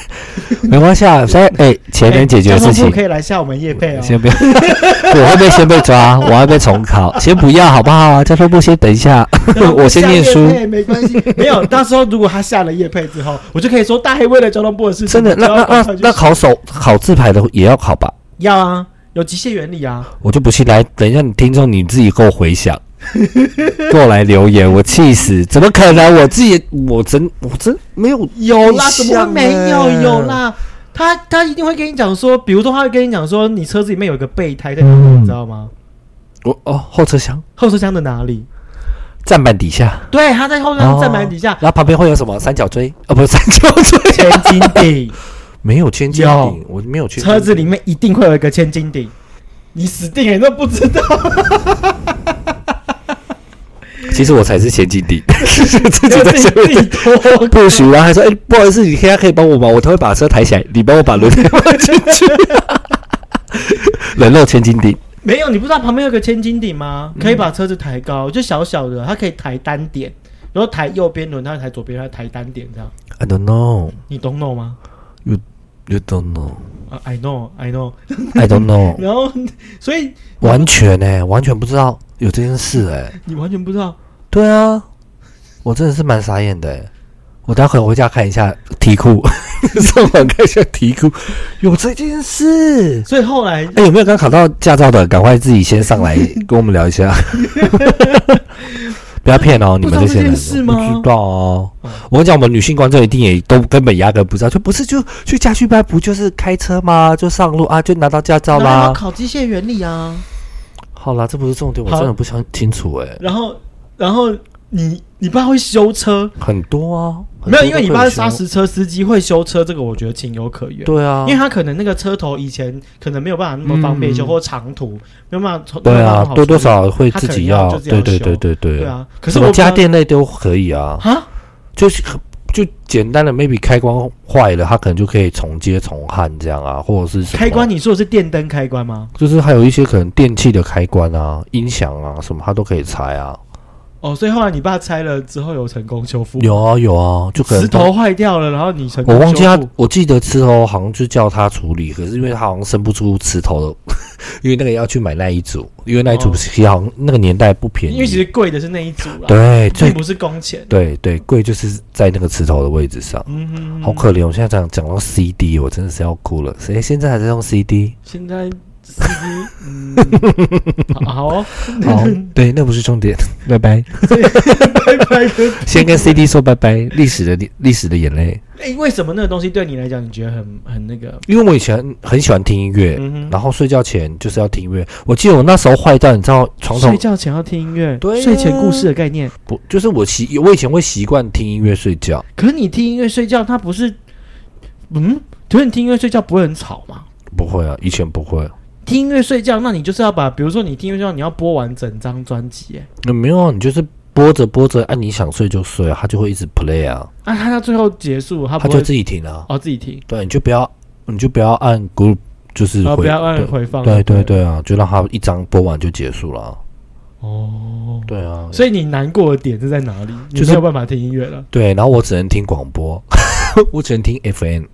S1: 没关系啊，所以哎、前年解决的
S2: 哎
S1: 事
S2: 交
S1: 情
S2: 通部，可以来下我们夜配哦。
S1: 先不要， 我会不会先被抓？我会被重考？先不要好不好啊？交通部先等一 下，我先念书。
S2: 对，没关系，没有。到时候如果他下了夜配之后，我就可以说大黑为了交通部的事情，
S1: 真的，那
S2: 你就要
S1: 那
S2: 赶快
S1: 那
S2: 去
S1: 那
S2: 学
S1: 考手考自排的也要考吧？
S2: 要啊，有极限原理啊，
S1: 我就不信来，等一下你听众你自己给我回想， 给我来留言，我气死！怎么可能？我自己我真我真没有
S2: 有
S1: 有
S2: 啦，怎么会没有？有，啦。他他一定会跟你讲说，比如说他会跟你讲说，你车子里面有一个备胎在哪里，
S1: 嗯
S2: 你知道吗？
S1: 我哦后车厢
S2: 后车厢的哪里？
S1: 站板底下，
S2: 对，他在后车
S1: 哦
S2: 厢站板底下
S1: 然后旁边会有什么三角锥？哦，不是三角锥，
S2: 千斤顶，
S1: 没有千斤
S2: 有
S1: 顶，我没有千斤
S2: 车子
S1: 顶
S2: 里面一定会有一个千斤顶，你死定了，你都不知道。
S1: 其实我才是千斤顶， 自己在
S2: 自己
S1: 前面
S2: 自己拖
S1: 不许，然后还说：“哎、不好意思，你现在可以帮我吗？我都会把车抬起来，你帮我把轮胎放进去。”人肉千斤顶，
S2: 没有，你不知道旁边有个千斤顶吗？可以把车子抬高，就小小的，它可以抬单点，然后抬右边轮胎，抬左边轮胎，抬单点这样。
S1: I don't know,
S2: 你懂我吗？
S1: you don't know,
S2: 啊、i know, I know。
S1: I don't know，
S2: 然后，所以
S1: 完全哎、完全不知道有这件事哎、
S2: 你完全不知道，
S1: 对啊，我真的是蛮傻眼的、欸。我待会回家看一下题 库，上网看一下题库，有这件事。
S2: 所以后来
S1: 哎、有没有刚考到驾照的？赶快自己先上 来跟我们聊一下， 不要骗哦！你
S2: 不
S1: 们
S2: 知
S1: 些
S2: 道这件
S1: 人
S2: 事
S1: 不
S2: 吗
S1: 知道哦
S2: 嗯。
S1: 我跟你讲，我们女性观众一定也都根本压根不知道，就不是就去家去拜不就是开车吗？就上路啊，就拿到驾照
S2: 然后
S1: 啦。
S2: 考机械原理啊，
S1: 好啦，这不是重点，我
S2: 好
S1: 真的不想清楚哎、
S2: 然后，然后你你爸会修车？
S1: 很多啊，很
S2: 没有，
S1: 多
S2: 因为
S1: 都
S2: 你
S1: 可以
S2: 爸是
S1: 修
S2: 砂。石车司机，会修车这个我觉得情有可原。
S1: 对啊
S2: 因为，他可能那个车头以前可能没有办法那么方便修，
S1: 嗯
S2: 或长途没有办法从
S1: 对啊，多多少少会
S2: 他
S1: 自
S2: 可
S1: 己
S2: 能要
S1: 要，
S2: 就这
S1: 对
S2: 样
S1: 对
S2: 修
S1: 对对对。
S2: 对啊。可是
S1: 什
S2: 我
S1: 么
S2: 不知道
S1: 家电类都可以啊。
S2: 啊，
S1: 就是可就简单的，maybe 开关坏了，它可能就可以重接重焊这样啊，或者是什么
S2: 开关，你说的是电灯开关吗？
S1: 就是还有一些可能电器的开关啊、音响啊什么，它都可以拆啊。
S2: 哦，所以后来你爸拆了之后有成功修复，
S1: 有啊有啊，就可能
S2: 石头坏掉了，然后你成功
S1: 我忘记
S2: 修
S1: 他
S2: 复，
S1: 我记得磁头好像就叫他处理，可是因为他好像生不出磁头的， 因为那个要去买那一组，因为那一组
S2: 哦
S1: 其实好像那个年代不便宜，
S2: 因为其实贵的是那一组啦，
S1: 对最
S2: 并不是工钱。
S1: 对对贵就是在那个磁头的位置上。
S2: 嗯哼哼
S1: 好可怜！我现在讲讲到 CD，我真的是要哭了。谁现在还在用 CD？
S2: 现在司机，嗯，好好哦，
S1: 好， 对，那不是重点，拜拜。
S2: 拜拜。
S1: 先跟 CD 说拜拜，历史的历历史的眼泪，
S2: 哎，为什么那个东西对你来讲你觉得很很那个？
S1: 因为我以前很喜欢听音乐，
S2: 嗯哼
S1: 然后睡觉前就是要听音乐。我记得我那时候坏掉，你知道床头
S2: 睡觉前要听音乐，
S1: 对啊
S2: 睡前故事的概念。
S1: 不就是我习我以前会习惯听音乐睡觉，
S2: 可是你听音乐睡觉，它不是，嗯，可是你听音乐睡觉不会很吵吗？
S1: 不会啊，以前不会。
S2: 听音乐睡觉，那你就是要把，比如说你听音乐睡觉，你要播完整张专辑，哎，
S1: 那没有啊，你就是播着播着，啊，你想睡就睡啊，它就会一直 play 啊，
S2: 啊，他到最后结束，
S1: 它
S2: 他不
S1: 就
S2: 会
S1: 自己停啊。
S2: 哦自己听，
S1: 对，你就不要你就不要按 group，就是
S2: 然后
S1: 回
S2: 啊不要按
S1: 对
S2: 回放，
S1: 对对，对啊，就让它一张播完就结束了啊。
S2: 哦，
S1: 对啊，
S2: 所以你难过的点是在哪里？你
S1: 就是
S2: 没有办法听音乐了，
S1: 对，然后我只能听广播， 我只能听 FM。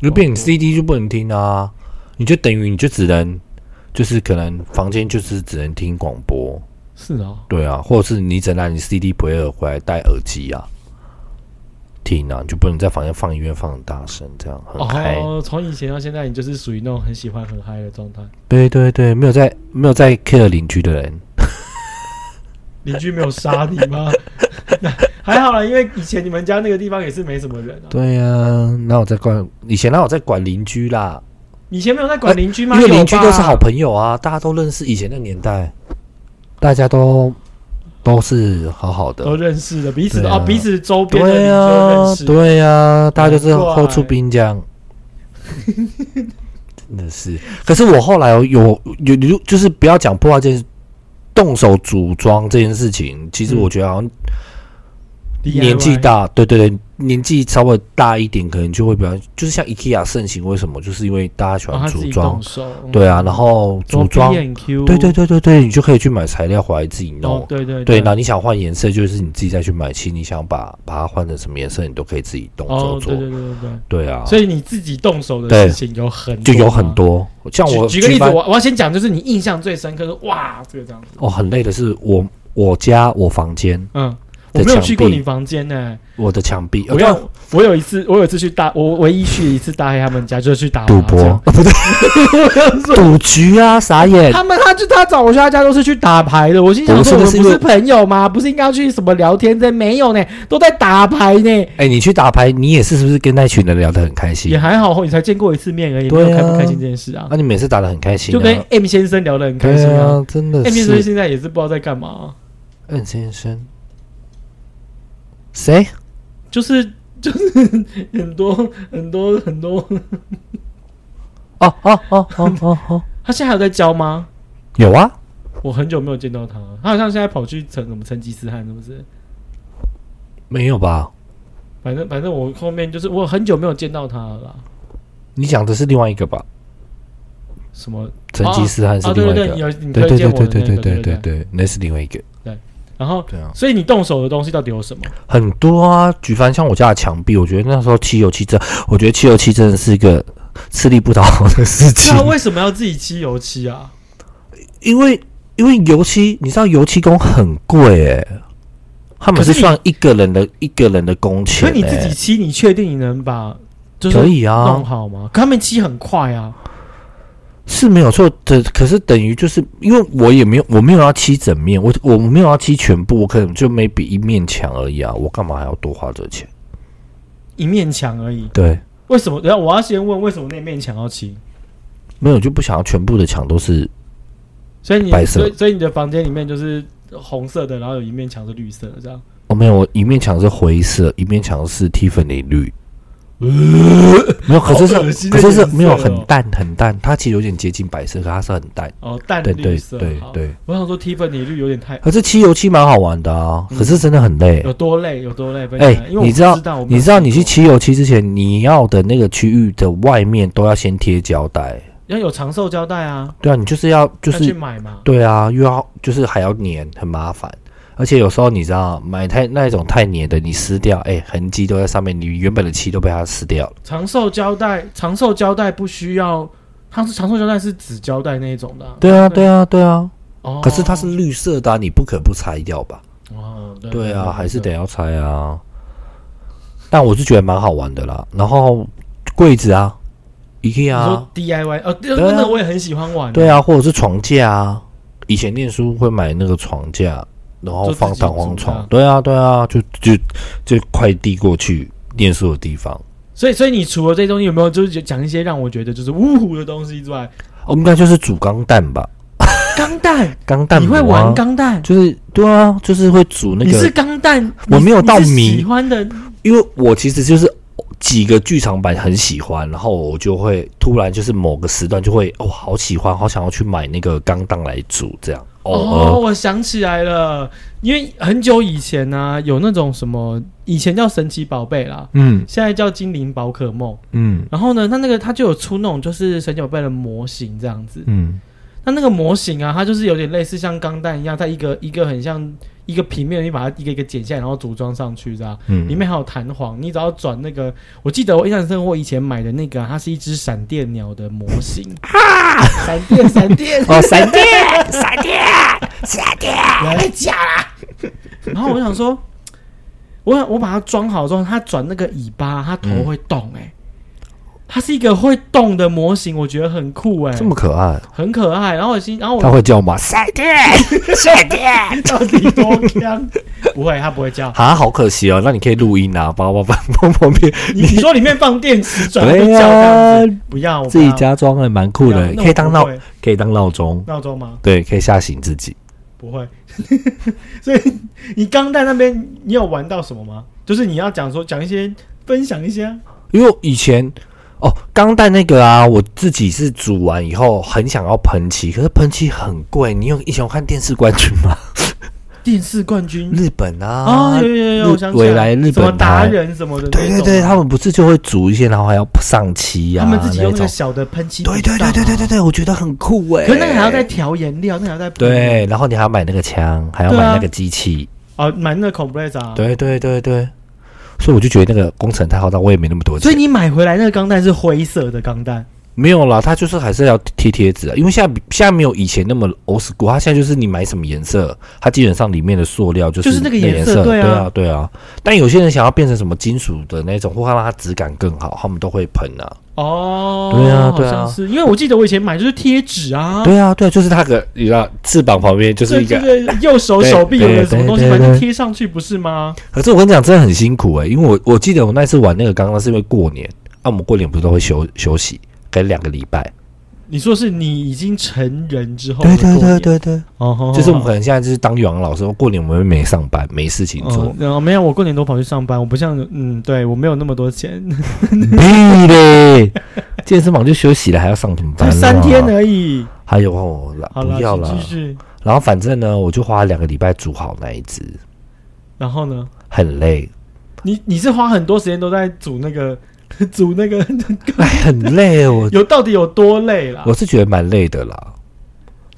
S1: 如果变你 CD 就不能听啊，你就等于你就只能，就是可能房间就是只能听广播，
S2: 是哦，
S1: 对啊，或者是你只能拿你 CD player 回来戴耳机啊，听啊，你就不能在房间放音乐放很大声，这样很嗨。
S2: 哦，从以前到现在，你就是属于那种很喜欢很嗨的状态。
S1: 对对对，没有在没有在 care 邻居的人，
S2: 邻居没有杀你吗？ 那还好啦，因为以前你们家那个地方也是没什么人啊。
S1: 对呀、哪有在管以前哪有在管邻居啦？
S2: 以前没有在管邻居吗？
S1: 呃因为邻居
S2: 有吧
S1: 都是好朋友啊，大家都认识。以前那个年代，大家都都是好好
S2: 都
S1: 的。
S2: 认识的，彼此
S1: 对
S2: 的
S1: 啊
S2: 哦，彼此周边的邻
S1: 对啊
S2: 居
S1: 呀、
S2: 都认识。
S1: 对呀、大家就是
S2: 难怪
S1: 后出兵这 样。真的是，可是我后来哦有有有有就是不要讲破坏这件事，动手组装这件事情，其实
S2: 嗯
S1: 我觉得好像
S2: DIY
S1: 年纪，大，
S2: 嗯
S1: 对对对，年纪稍微大一点，可能就会比较，就是像 IKEA 盛行，为什么？就是因为大家喜
S2: 然后
S1: 欢
S2: 哦他自
S1: 组
S2: 己
S1: 装
S2: 动，手。
S1: 对啊，然后组装，
S2: B Q，
S1: 对对对对对，你就可以去买材料回来自己弄
S2: 哦，。对对
S1: 对，那你想换颜色，就是你自己再去买漆，你想把把它换成什么颜色，你都可以自己动手
S2: 哦，
S1: 做
S2: 对。对对对对。
S1: 对啊，
S2: 所以你自己动手的
S1: 对
S2: 事情有很
S1: 就
S2: 多
S1: 有
S2: 吗
S1: 很。多，像我
S2: 举举个例子，
S1: 班
S2: 我我要先讲，就是你印象最深刻的，哇，这个这样子，
S1: 哦，很累的是我我家我房间
S2: 嗯，我
S1: 的
S2: 没有
S1: 墙
S2: 去过你
S1: 壁，
S2: 房间呢、
S1: 我的墙壁，呃
S2: 我要，我有一次，我有一次去大，我唯一去一次大黑他们家就是去打麻
S1: 赌博
S2: 将，
S1: 啊不对，赌局啊，傻眼。
S2: 他们他就他找我去他家都是去打牌的，我心想
S1: 不是
S2: 说我们
S1: 不是
S2: 不
S1: 因为
S2: 是朋友吗？不是应该要去什么聊天的？没有呢，都在打牌呢，
S1: 哎、你去打牌，你也是是不是跟那群人聊得很开心
S2: 也？还好，你才见过一次面而已，没
S1: 对啊
S2: 有开不开心这件事啊
S1: 啊，，你每次打得很开心、啊，
S2: 就跟 M 先生聊得很开
S1: 对
S2: 心啊
S1: 啊，真的
S2: ，M 先生
S1: 是
S2: 现在也是不知道在干嘛啊、
S1: 嗯先生，谁？
S2: 就是就是很多很多很多，
S1: 哦哦哦哦哦哦，
S2: 他现在还有在教吗？
S1: 有啊，
S2: 我很久没有见到他，他好像现在跑去成什么成吉思汗，是不是？
S1: 没有吧？
S2: 反正反正我后面就是我很久没有见到他了啦。
S1: 你讲的是另外一个吧？
S2: 什么？
S1: 成吉思汗是
S2: 哦，
S1: 另
S2: 对
S1: 外
S2: 对
S1: 一
S2: 对，你
S1: 个，
S2: 有你
S1: 对
S2: 推
S1: 对
S2: 荐我的
S1: 对
S2: 那个
S1: 对对对
S2: 对
S1: 对。对，那是另外一个。
S2: 然后，
S1: 对啊，
S2: 所以你动手的东西到底 有什么？
S1: 很多啊，举凡像我家的墙壁，我觉得那时候漆油漆真，我觉得漆油漆真的是一个吃力不讨好的事情
S2: 啊那。为什么要自己漆油漆啊？
S1: 因为因为油漆，你知道油漆工很贵诶，他们
S2: 可是
S1: 是
S2: 你
S1: 算一个人的一个人的工
S2: 可
S1: 钱、欸。
S2: 是你自己漆，你确定你能把就是
S1: 可以啊
S2: 弄，好吗？可他们漆很快啊。
S1: 是没有错的。可是等于就是因为我也没有我没有要漆整面，我我没有要漆全部，我可能就 maybe 一面墙而已啊，我干嘛还要多花这钱？
S2: 一面墙而已，
S1: 对，
S2: 为什么？等一下我要先问为什么那面墙要漆？
S1: 没有就不想要全部的墙都是
S2: 所以你
S1: 白色
S2: 所以所以你的房间里面就是红色的，然后有一面墙是绿色的，这样。
S1: 哦，没有，我一面墙是灰色，一面墙是蒂芬尼绿。没有，可是
S2: 好恶
S1: 是
S2: 心
S1: 可
S2: 的
S1: 是是
S2: 颜色
S1: 没有
S2: 哦
S1: 很淡很淡，它其实有点接近白色，可它是很淡。
S2: 哦，淡
S1: 对
S2: 绿
S1: 对
S2: 色。
S1: 对哎
S2: 好
S1: 对。
S2: 我想说 Tiffany 绿有点太
S1: 可是漆油漆蛮好玩的啊，
S2: 嗯
S1: 可是真的很累。
S2: 有多累，有多累。分享
S1: 哎、
S2: 因为我
S1: 你知
S2: 不知
S1: 道
S2: 道我没有
S1: 你知道你去
S2: 过
S1: 漆油漆之前，你要的那个区域的外面都要先贴胶带。
S2: 要有长寿胶带啊，
S1: 对啊，你就是要就
S2: 要去
S1: 是
S2: 买嘛。
S1: 对啊，又要就是还要粘，很麻烦。而且有时候你知道买太那一种太粘的，你撕掉，哎、痕迹都在上面，你原本的漆都被它撕掉了。
S2: 长寿胶带，长寿胶带不需要，它是长寿胶带是纸胶带那一种的啊、
S1: 对啊，对啊，对啊。
S2: 哦，
S1: 可是它是绿色的、啊，你不可不拆掉吧？
S2: 哦，对
S1: 对啊，还是得要拆啊。但我是觉得蛮好玩的啦。然后柜子啊，IKEA
S2: 你
S1: 啊
S2: 说，DIY 哦，对，
S1: 对啊
S2: 那个我也很喜欢玩。
S1: 对，啊，或者是床架啊。以前念书会买那个床架，然后
S2: 就自己
S1: 放弹
S2: 组
S1: 簧
S2: 的
S1: 床。对啊，对啊，就就就快递过去念书的地方。
S2: 所以所以你除了这些东西，有没有就是讲一些让我觉得就是呜呼的东西之 外，
S1: 哦，应该就是煮钢蛋吧？
S2: 钢蛋，
S1: 钢蛋、啊、
S2: 你会玩？钢蛋？
S1: 就是对啊，就是会煮那
S2: 你是
S1: 个。
S2: 钢蛋，
S1: 我
S2: 你
S1: 没有到
S2: 你是
S1: 迷
S2: 喜欢的
S1: 因为我其实就是几个剧场版很喜欢，然后我就会突然就是某个时段就会哦，好喜欢，好想要去买那个钢蛋来煮，这样偶尔。
S2: 哦，我想起来了，因为很久以前呢、有那种什么，以前叫神奇宝贝啦，
S1: 嗯
S2: 现在叫精灵宝可梦。
S1: 嗯
S2: 然后呢，它那个它就有出那种就是神奇宝贝的模型这样子。
S1: 嗯
S2: 那那个模型啊，它就是有点类似像钢弹一样，它一个一个很像一个平面，你把它一个一个剪下来，然后组装上去这样。
S1: 嗯
S2: 里面还有弹簧，你只要转那个，我记得我印象深刻，我以前买的那个啊，它是一只闪电鸟的模型 啊，闪电闪 电，
S1: 哦，闪电
S2: 啊来假啦。然后我想说，我我把它装好之后，它转那个尾巴，它头会动、欸，哎、它是一个会动的模型，我觉得很酷、欸，哎，
S1: 这么可爱，
S2: 很可爱。然后我心，然后
S1: 它
S2: 我
S1: 会叫吗？闪电，闪 电，
S2: 到底多 香？不会，它不会叫。
S1: 啊，好可惜哦。那你可以录音啊，把我把放旁边，
S2: 你你说里面放电池转会
S1: 对
S2: 叫这样子，
S1: 呀，
S2: 不要我
S1: 自己
S2: 怕
S1: 加装还蛮
S2: 不
S1: 酷的，
S2: 要那
S1: 可以
S2: 我
S1: 当
S2: 不
S1: 闹，
S2: 会
S1: 可以当闹钟，
S2: 闹钟吗？
S1: 对，可以吓醒自己。
S2: 不会。 所以你刚在那边，你有玩到什么吗？就是你要讲说讲一些分享一些啊，
S1: 因为我以前哦，钢弹那个啊，我自己是煮完以后很想要喷漆，可是喷漆很贵。你有以前有看电视冠军吗？
S2: 电视冠军
S1: 日本啊，
S2: 嗯啊，有有有有，
S1: 日
S2: 我想起
S1: 未来日
S2: 什么
S1: 本
S2: 达
S1: 台
S2: 人什么的那种
S1: 对
S2: 啊，
S1: 对对，他们不是就会煮一些，然后还要上漆呀、
S2: 他
S1: 啊，
S2: 们自己用那
S1: 种
S2: 个。小的喷漆，啊
S1: 对对对对对对，对，我觉得很酷哎、
S2: 可是那个还要再调颜料，那个还要再喷
S1: 对，然后你还要买那个枪，还要
S2: 对
S1: 买
S2: 啊
S1: 那个机器。
S2: 哦，买那个 compressor，啊
S1: 对对对对，所以我就觉得那个工程太浩大，我也没那么多钱。
S2: 所以你买回来那个钢弹是灰色的钢弹，
S1: 没有啦，它就是还是要贴贴纸啊，因为现在比现在没有以前那么 old school，它现在就是你买什么颜色，它基本上里面的塑料就是
S2: 就是
S1: 那
S2: 那个颜
S1: 颜
S2: 色对
S1: 对
S2: 啊
S1: 啊对啊。但有些人想要变成什么金属的那种，或让它质感更好，他们都会喷啊。
S2: 哦，
S1: 对啊
S2: 好
S1: 对啊
S2: 像是，因为我记得我以前买就是贴纸啊，
S1: 对啊对啊，就是那个你知道翅膀旁边就是
S2: 对
S1: 一个
S2: 对，对，右手
S1: 对
S2: 手臂有个什么
S1: 对
S2: 东西，
S1: 对
S2: 反正
S1: 对
S2: 贴上去不是吗？
S1: 可是我跟你讲，真的很辛苦诶、欸因为我我记得我那次玩那个刚刚是因为过年啊，我们过年不是都会休休息，给两个礼拜。
S2: 你说是你已经成人之后的
S1: 对
S2: 过
S1: 对对
S2: 年，
S1: 对对，
S2: 哦，哦，
S1: 就是我们可能现在就是当语文老师，过年我们没上班，没事情做
S2: 哦，，然后没有，我过年都跑去上班，我不像，嗯，对我没有那么 多钱，
S1: 屁嘞！健身房就休息了，还要上什么
S2: 才
S1: 班？啊
S2: 三天。而已。
S1: 还有哦，啦
S2: 好
S1: 不要
S2: 了，
S1: 啦
S2: 请继。续。
S1: 然后反正呢，我就花两个礼拜煮好那一只，
S2: 然后呢？
S1: 很 累，
S2: 你你是花很多时间都在煮那个 煮那个，
S1: 哎，很累。我
S2: 有啊到底有多累啦？
S1: 我是觉得蛮累的啦。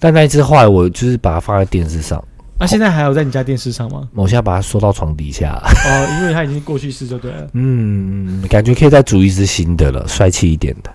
S1: 但那一只后来我就是把它放在电视上，
S2: 啊，现在还有在你家电视上吗？
S1: 我现在把它收到床底下。
S2: 哦，因为它已经过去式就对了。
S1: 嗯，感觉可以再煮一只新的了，帅气一点 的。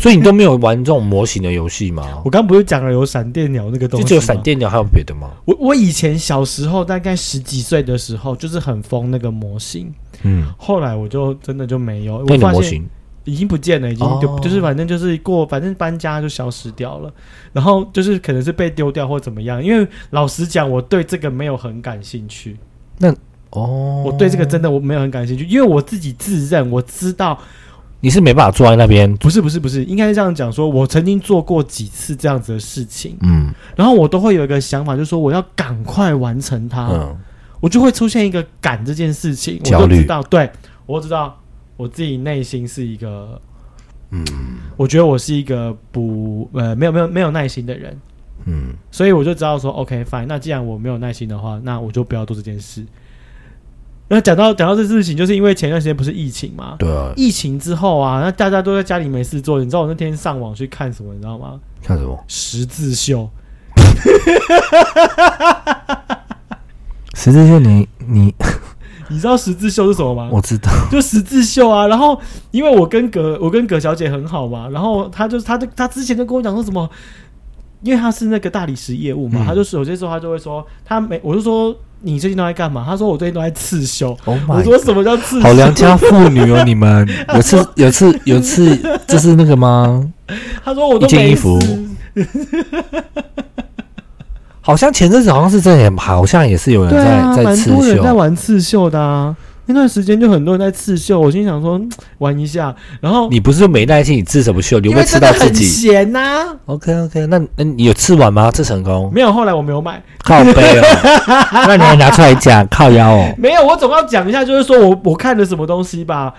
S1: 所以你都没有玩这种模型的游戏吗
S2: 我？刚不是讲了有闪电鸟那个东
S1: 就
S2: 西，
S1: 只有闪。电鸟，还有别的吗？
S2: 我我以前小时候大概十几岁的时候，就是很疯那个模型，
S1: 嗯，
S2: 后来我就真的就没有。
S1: 那
S2: 我
S1: 你的
S2: 发
S1: 模
S2: 现
S1: 型
S2: 已经不见了，已经
S1: 哦
S2: 就、就是反正就是过，反正搬家就消失掉了。然后就是可能是被丢掉或怎么样，因为老实讲，我对这个没有很感兴趣。
S1: 哦，
S2: 我对这个真的我没有很感兴趣，因为我自己自认我知道，
S1: 你是没办法坐在那边，
S2: 不是不是不是，应该是这样讲说，我曾经做过几次这样子的事情，
S1: 嗯
S2: 然后我都会有一个想法，就是说我要赶快完成它，
S1: 嗯，
S2: 我就会出现一个赶这件事情，我
S1: 焦
S2: 就
S1: 虑
S2: 知道，对我知道我自己内心是一个，嗯，我觉得我是一个不呃没有没有没有耐心的人，
S1: 嗯，
S2: 所以我就知道说，OK fine，那既然我没有耐心的话，那我就不要做这件事。那讲到讲到这事情，就是因为前段时间不是疫情嘛，
S1: 对啊，
S2: 疫情之后啊，那大家都在家里没事做，你知道我那天上网去看什么，你知道吗？
S1: 看什么？
S2: 十字绣，
S1: 十字绣，你你
S2: 你知道十字绣是什么吗？
S1: 我知道，
S2: 就十字绣啊。然后因为我跟葛我跟葛小姐很好嘛，然后她就她就她之前就跟我讲说什么，因为她是那个大理石业务嘛，
S1: 嗯
S2: 她就是有些时候她就会说，她每我就说你最近都在干嘛？她说我最近都在刺绣。
S1: Oh
S2: 我
S1: my，
S2: 说
S1: God
S2: 什么叫刺
S1: 好
S2: 绣？
S1: 良家妇女哦，你 们有次有次有次，这是那个吗？
S2: 她说我都
S1: 一件
S2: 没
S1: 衣服
S2: 事
S1: 好像前阵子好像是这也好像也是有人
S2: 对
S1: 在、
S2: 啊，
S1: 在
S2: 蛮
S1: 刺
S2: 多人在
S1: 绣，
S2: 玩刺绣的啊。那段时间就很多人在刺绣，我心想说嗯玩一下，然后
S1: 你不是说没耐心，你刺什么绣？你会
S2: 因
S1: 不会
S2: 为
S1: 刺
S2: 真
S1: 到
S2: 的
S1: 自
S2: 很
S1: 己
S2: 闲呐、
S1: ？OK OK，那那你有刺完吗？刺成功？
S2: 没有，后来我没有买，
S1: 靠 背哦，那你还拿出来讲靠腰哦？
S2: 没有，我总要讲一下，就是说我我看了什么东西吧。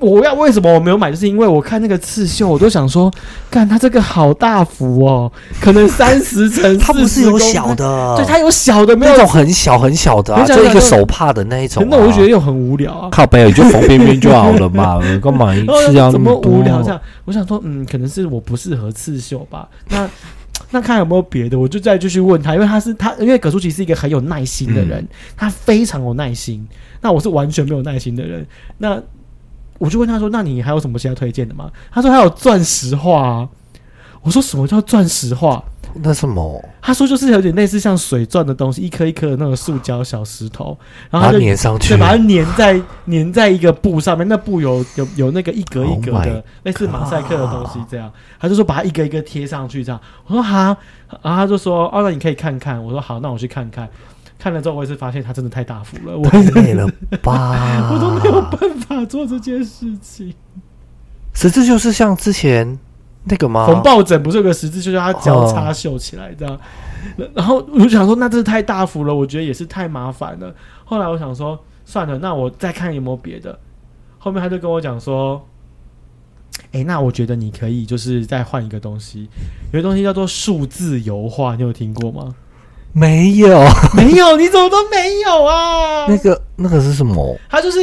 S2: 我要为什么我没有买，就是因为我看那个刺绣，我都想说，干它这个好大幅哦，可能三十 乘
S1: 它不是
S2: 40
S1: 有
S2: 公分
S1: 小，的，
S2: 对，它有小的，没有
S1: 那种很小很小的、啊，
S2: 很小
S1: 就一
S2: 很
S1: 个
S2: 小
S1: 手帕的那一种、啊。
S2: 那我就觉得又很无聊啊。
S1: 靠背，你就缝边边就好了 嘛，干嘛一
S2: 然后
S1: 次要那
S2: 怎么
S1: 么多？
S2: 无聊这样？我想说，嗯，可能是我不适合刺绣吧。 那那看有没有别的，我就再继续问他，因为他是他，因为葛舒淇是一个很有耐心的
S1: 嗯
S2: 人，他非常有耐心。那我是完全没有耐心的人。那我就问他说：“那你还有什么其他推荐的吗？”他说：“还有钻石画、啊。”我说：“什么叫钻石画？”
S1: 那什么，
S2: 他说就是有点类似像水钻的东西，一颗一颗的那个塑胶小石头，然后
S1: 把
S2: 他
S1: 它
S2: 就
S1: 粘上去
S2: 对，，把它粘在粘在一个布上面，那布有有有那个一格一格
S1: Oh
S2: 的
S1: my
S2: 类似马赛克的东西，这样，他就说把它一个一个贴上去，这样。我说哈，然后他就说哦，那你可以看看。我说好，那我去看看。看了之后，我也是发现他真的太大幅了，我
S1: 累了吧？
S2: 我都没
S1: 啊
S2: 有办法做这件事情。
S1: 所以这就是像之前那个吗？
S2: 缝抱枕不是有个十字，就叫它交叉绣起来这样。然后我就想说，那这太大幅了，我觉得也是太麻烦了。后来我想说，算了，那我再看有没有别的。后面他就跟我讲说，哎、那我觉得你可以就是再换一个东西，有个东西叫做数字油画，你有听过吗？
S1: 没有，
S2: 没有，你怎么都没有啊？
S1: 那个那个是什么？
S2: 它就是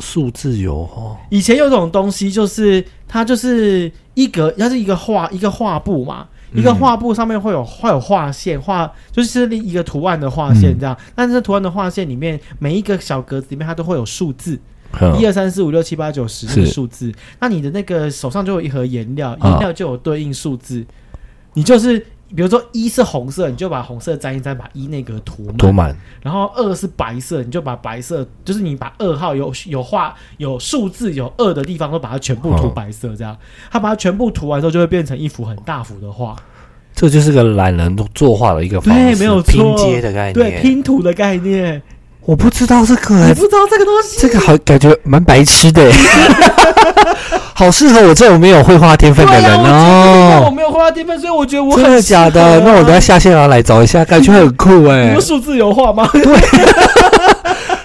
S1: 数字油哦，
S2: 以前有种东西，就是它就是一格，它是一个画一个画布嘛，
S1: 嗯
S2: 一个画布上面会有会有画线，画就是一个图案的画线这样。但是图案的画线里面，每一个小格子里面它都会有数字，一
S1: 哼
S2: 二三四五六七八九十那
S1: 是
S2: 个数字。那你的那个手上就有一盒颜料，
S1: 啊
S2: 颜料就有对应数字。你就是比如说一是红色，你就把红色沾一沾，把一那个涂满。
S1: 多满
S2: 然后二是白色，你就把白色，就是你把二号有有画有数字有二的地方，都把它全部涂白色，这样，它把它全部涂完之后，就会变成一幅很大幅的画，
S1: 这就是个懒人作画的一个方式，
S2: 对，哎没有错，
S1: 拼接的概念。
S2: 对，拼图的概 念，
S1: 我不知道这个、
S2: 你
S1: 欸
S2: 不，知道这个东西，
S1: 这个好感觉蛮白痴 的、欸，好适合我这种没有绘画天分的
S2: 对
S1: 人
S2: 呀、我觉得我
S1: 哦。
S2: 没有画到天分，所以我觉得我很
S1: 真的假
S2: 适合啊
S1: 的？那我等下下线然后来找一下，感觉很酷
S2: 你
S1: 哎、
S2: 说数字油画吗？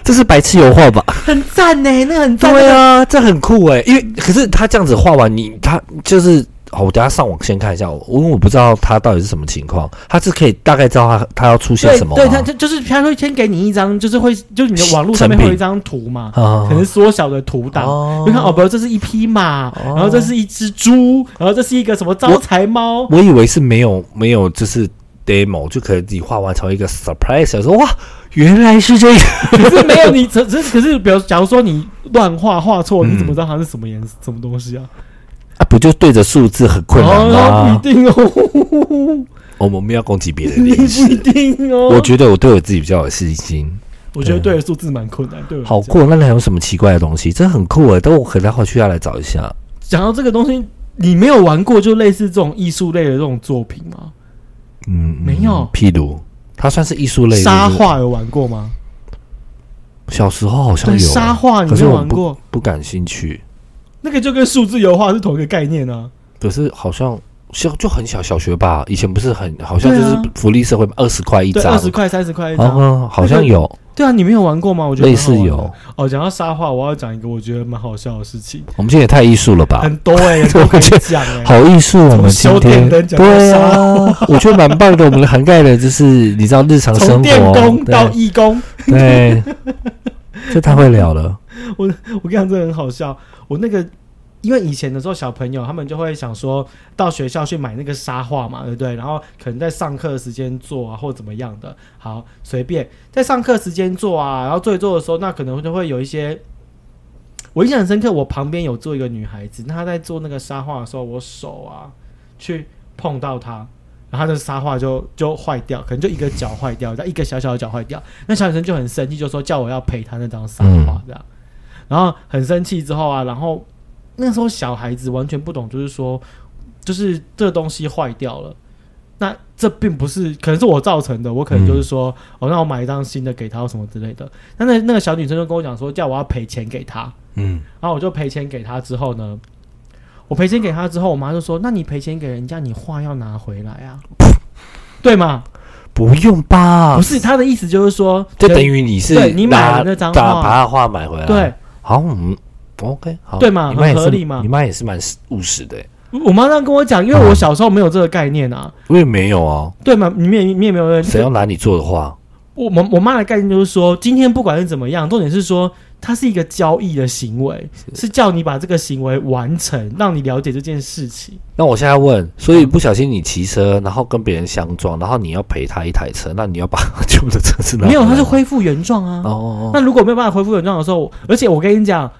S1: 这是白痴油画吧？
S2: 很赞呢、那很赞，
S1: 对
S2: 那个，
S1: 啊，这很酷哎、因为可是他这样子画完，你他就是好，我等一下上网先看一下，我因为我不知道他到底是什么情况，他是可以大概知道他他要出现
S2: 对
S1: 什么吗啊
S2: 对，他他就是他会先给你一张，就是会就是你的网络上面会有一张图嘛，
S1: 啊
S2: 可能缩小的图档，
S1: 哦
S2: 你看哦，不，这是一匹马，
S1: 哦
S2: 然后这是一只猪，然后这是一个什么招 财猫，
S1: 我以为是没有没有就是 demo 就可以自己画完成一个 surprise，我说哇原来是这个，
S2: 可是没有你，只只 可是，比如假如说你乱画画错，
S1: 嗯
S2: 你怎么知道它是什么颜色、什么东西啊？
S1: 啊、不就对着数字很困难啊
S2: 哦，
S1: 吗？
S2: 不一定哦，
S1: 我们没有攻击别人
S2: 你
S1: 的
S2: 不
S1: 意思
S2: 一。定哦。
S1: 我觉得我对我自己比较有信心。
S2: 我觉得对数字蛮困难，对我来
S1: 好
S2: 讲。
S1: 酷，那还有什么奇怪的东西？真的很酷哎！等我可能回去要来找一下。
S2: 讲到这个东西，你没有玩过就类似这种艺术类的这种作品吗？
S1: 嗯，
S2: 没有
S1: 譬如，它算是艺术类的
S2: 沙。画有玩过吗？
S1: 小时候好像
S2: 对，
S1: 有啊
S2: 沙画你
S1: 可
S2: 没
S1: 是
S2: 有
S1: 我
S2: 玩过？
S1: 不感兴趣。
S2: 那个就跟数字油画是同一个概念啊。
S1: 可是好像小就很小，小学吧，以前不是很好像就
S2: 对
S1: 是
S2: 啊
S1: 福利社会二十块一
S2: 对，
S1: 张
S2: 二，十块、三十块一张。
S1: 啊，好像有
S2: 对啊，你没有玩过吗？我觉得
S1: 类
S2: 蛮好
S1: 似
S2: 玩的
S1: 有。
S2: 哦。讲到沙画，我要讲一个我觉得蛮好笑的事情，
S1: 我们今天也太艺术了吧，
S2: 很多哎、欸，都可以讲哎、
S1: 啊 好艺术！啊我们今
S2: 从修
S1: 天
S2: 电灯讲到
S1: 对
S2: 沙
S1: 啊，我觉得蛮棒的。我们涵盖的就是你知道日常
S2: 从
S1: 生
S2: 电工
S1: 活，哦
S2: 到
S1: 对
S2: 义工，
S1: 对，这太会聊了。
S2: 我跟你讲，这很好笑。我那个，因为以前的时候，小朋友他们就会想说到学校去买那个沙画嘛，对不对？然后可能在上课时间做啊，或怎么样的。好，随便在上课时间做啊，然后做一做的时候，那可能就会有一些。我印象很深刻，我旁边有坐一个女孩子，那她在做那个沙画的时候，我手啊去碰到她，然后她的沙画就就坏掉，可能就一个角坏掉，一个小小的角坏掉。那小女生就很生气，就说叫我要赔她那张沙画这样。然后很生气之后啊，然后那时候小孩子完全不懂，就是说，就是这东西坏掉了，那这并不是可能是我造成的，我可能就是
S1: 嗯
S2: 说，哦，那我买一张新的给她或什么之类的。那那那个小女生就跟我讲说，叫我要赔钱给她，
S1: 嗯，
S2: 然后我就赔钱给她之后呢。我赔钱给她之后，我妈就说：“那你赔钱给人家，你画要拿回来啊，对吗？
S1: 不用吧
S2: 不？是她的意思，就是说，
S1: 啊就等于啊你是
S2: 对你买
S1: 拿
S2: 了那张
S1: 把
S2: 画
S1: 把他画买回来。
S2: 对，
S1: 好，我们 OK，好，
S2: 对嘛
S1: 你妈也
S2: 很
S1: 是
S2: 合理嘛
S1: 你妈也是蛮务实的欸，
S2: 我妈这样跟我讲，因为我小时候没有这个概念啊，
S1: 我也没有啊，
S2: 对吗？你们也你也没有
S1: 谁要拿你做的话？
S2: 我我我妈的概念就是说，今天不管是怎么样，重点是说它是一个交易的行为，是叫你把这个行为完成，让你了解这件事情。
S1: 那我现在问，所
S2: 嗯
S1: 以不小心你骑车，然后跟别人相撞，然后你要赔他一台车，那你要把 旧的车子拿
S2: 没有，
S1: 回
S2: 它
S1: 来
S2: 是
S1: 吗
S2: 恢复原状啊。
S1: 哦哦哦，
S2: 那如果没有办法恢复原状的时候，而且我跟你讲，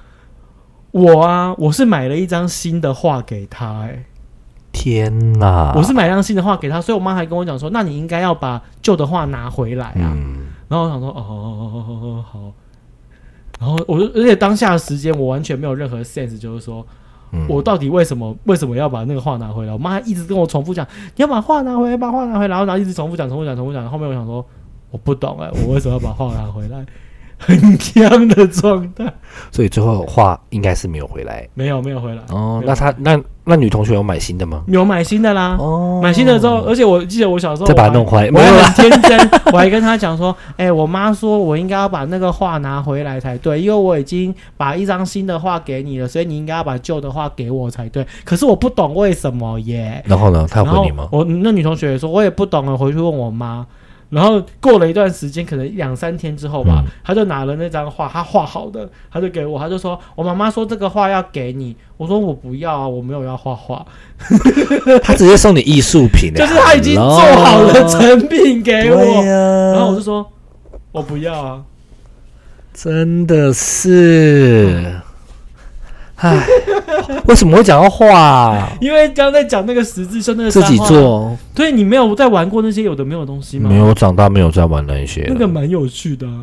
S2: 我啊，我是买了一张新的画给他、欸，
S1: 天哪！
S2: 我是买辆新的画给他，所以我妈还跟我讲说，那你应该要把旧的画拿回来啊。
S1: 嗯，
S2: 然后我想说，哦哦哦哦哦好。然后我就，而且当下的时间我完全没有任何 sense，就是说
S1: 嗯
S2: 我到底为什么为什么要把那个画拿回来？我妈一直跟我重复讲，你要把画拿回来，把画拿回来，然后然后一直重复讲，重复讲，重复讲。后面我想说，我不懂哎、我为什么要把画拿回来？很僵的状态，
S1: 所以最后画应该是没有回来。
S2: 没有没有回来。
S1: 哦
S2: 没有，
S1: 那他那那女同学有买新的吗？
S2: 有买新的啦，
S1: 哦，
S2: 买新的之后，而且我记得我小时候
S1: 再把它
S2: 我还
S1: 弄坏，
S2: 我
S1: 没有啊
S2: 还
S1: 啦。
S2: 很天真，我还跟他讲说，哎、我妈说我应该要把那个画拿回来才对，因为我已经把一张新的画给你了，所以你应该要把旧的画给我才对。可是我不懂为什么耶。
S1: 然后呢？他
S2: 然
S1: 有
S2: 后
S1: 回你吗？
S2: 我那女同学也说，我也不懂了，啊回去问我妈。然后过了一段时间，可能两三天之后吧，
S1: 嗯
S2: 她就拿了那张画，她画好的，她就给我，她就说：“我妈妈说这个画要给你。”我说：“我不要啊，我没有要画画。”
S1: 他直接送你艺术品欸，
S2: 就是他已经做好了成品给我，
S1: 对呀
S2: 然后我就说，我不要啊，
S1: 真的
S2: 嗯
S1: 是，唉，为什么会讲到画啊？
S2: 因为刚刚在讲那个十字绣那个
S1: 自己
S2: 沙画，
S1: 做，
S2: 对你没有在玩过那些有的没有的东西吗？
S1: 没，有长大没有在玩那一些了。
S2: 那个蛮有趣的啊、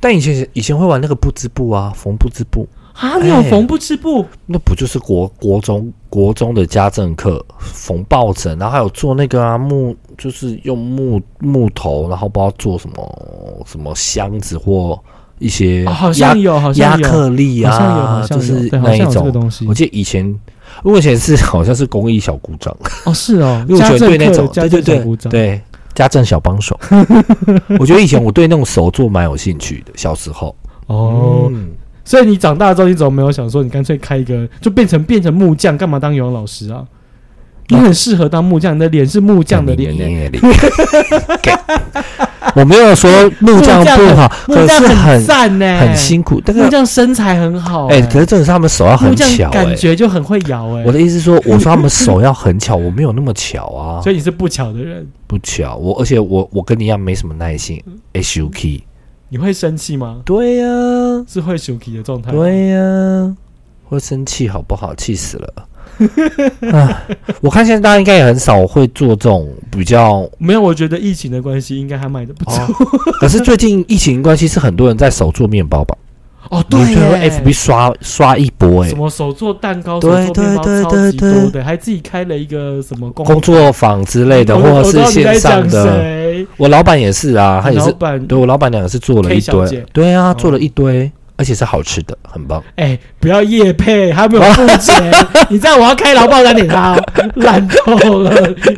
S1: 但以前以前会玩那个布织布啊，缝布织布，
S2: 啊。你
S1: 哎
S2: 有缝布织布，
S1: 那不就是国国中国中的家政课缝抱枕，然后还有做那个啊木，就是用木木头，然后不知道做什么什么箱子或一些
S2: 哦好
S1: 压
S2: 像有，好
S1: 亚
S2: 像有，
S1: 克力
S2: 好像有，好
S1: 啊，
S2: 像
S1: 就
S2: 有，
S1: 是
S2: 对，好
S1: 那
S2: 像
S1: 一
S2: 有这个
S1: 种。
S2: 东西
S1: 我。记得以前，我以前是 好像是公益小鼓掌，
S2: 哦，是 哦，
S1: 因为我
S2: 家
S1: 觉得
S2: 政
S1: 对那
S2: 课
S1: 种
S2: 家
S1: 对对
S2: 政小
S1: 对
S2: 鼓掌，
S1: 对家政小帮手， 我觉得以前我对那种手作蛮有兴趣的，小时候。
S2: 哦，
S1: 嗯
S2: 所以你长大之后，你怎么没有想说，你干脆开一个，就变成变成木匠，干嘛当游泳老师啊？你
S1: 哦
S2: 很适合当木匠，你的脸是木匠的脸耶，
S1: 脸脸。 给我没有说木匠不好，
S2: 木
S1: 可
S2: 匠
S1: 是
S2: 很
S1: 很
S2: 赞呢、欸
S1: 很辛苦。但
S2: 木
S1: 是
S2: 匠身材很好、
S1: 哎，
S2: 欸，
S1: 可是真的是他们手要
S2: 木
S1: 很巧
S2: 匠
S1: 哎
S2: 感。觉就很会摇哎、
S1: 我的意思是说，我说他们手要很巧，我没有那么巧啊
S2: 所，以你是不巧的人，
S1: 不巧。我而且我我跟你一样没什么耐性，H U K。
S2: 你会生气吗？
S1: 对呀、
S2: 是会 s h k 的状态吗，
S1: 对呀、会生气好不好？气死了！ 唉我看现在大家应该也很少会做这种比较，
S2: 没有，我觉得疫情的关系应该还卖的不错
S1: 哦可是最近疫情关系是很多人在手做面包吧？
S2: 哦，
S1: 你
S2: 对
S1: 最后
S2: 耶
S1: FB 刷刷一波哎、
S2: 什么手做蛋糕、手
S1: 对
S2: 做面包
S1: 对对
S2: 超级
S1: 对对
S2: 多的，还自己开了一个什么工
S1: 工作坊之类的，
S2: 我
S1: 或
S2: 我
S1: 者
S2: 知道
S1: 是
S2: 你在
S1: 线上
S2: 讲
S1: 的。
S2: 谁
S1: 我老板也是啊，他也
S2: 老
S1: 是，
S2: 板
S1: 对我老板娘也是做了
S2: K
S1: 一
S2: 小姐
S1: 堆，对啊，
S2: 哦
S1: 做了一堆，而且是好吃的，很棒。
S2: 哎、不要夜配，还没有付 钱。你知道我要开劳保单给他哦，烂透了，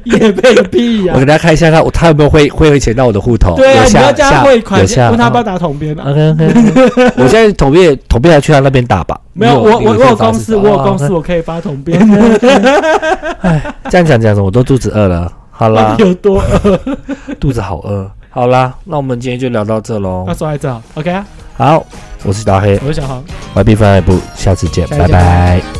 S2: 夜配个屁呀、
S1: 我给大家看一下他，他有没有汇汇钱到我的户头？
S2: 对啊，
S1: 有
S2: 你
S1: 下
S2: 要叫他
S1: 下
S2: 汇款，
S1: 有下
S2: 问他要
S1: 嗯
S2: 不要打统编啊？
S1: OK OK，我现 在投币投币还去他那边打吧。
S2: 没有，我我我有公司，我有公。
S1: 你
S2: 司，
S1: 可以
S2: 我可以发啊统编，
S1: 发哦这样讲讲着，我都肚子饿了。 好
S2: 到
S1: 啦
S2: 底，有多饿？
S1: 肚子好饿。好啦，那我们今天就聊到这喽
S2: 那。说来这好，OK 啊，
S1: 好，我是大黑，
S2: 我是小黄。
S1: 外币翻爱部，下次见，
S2: 下次
S1: 拜
S2: 见
S1: 拜。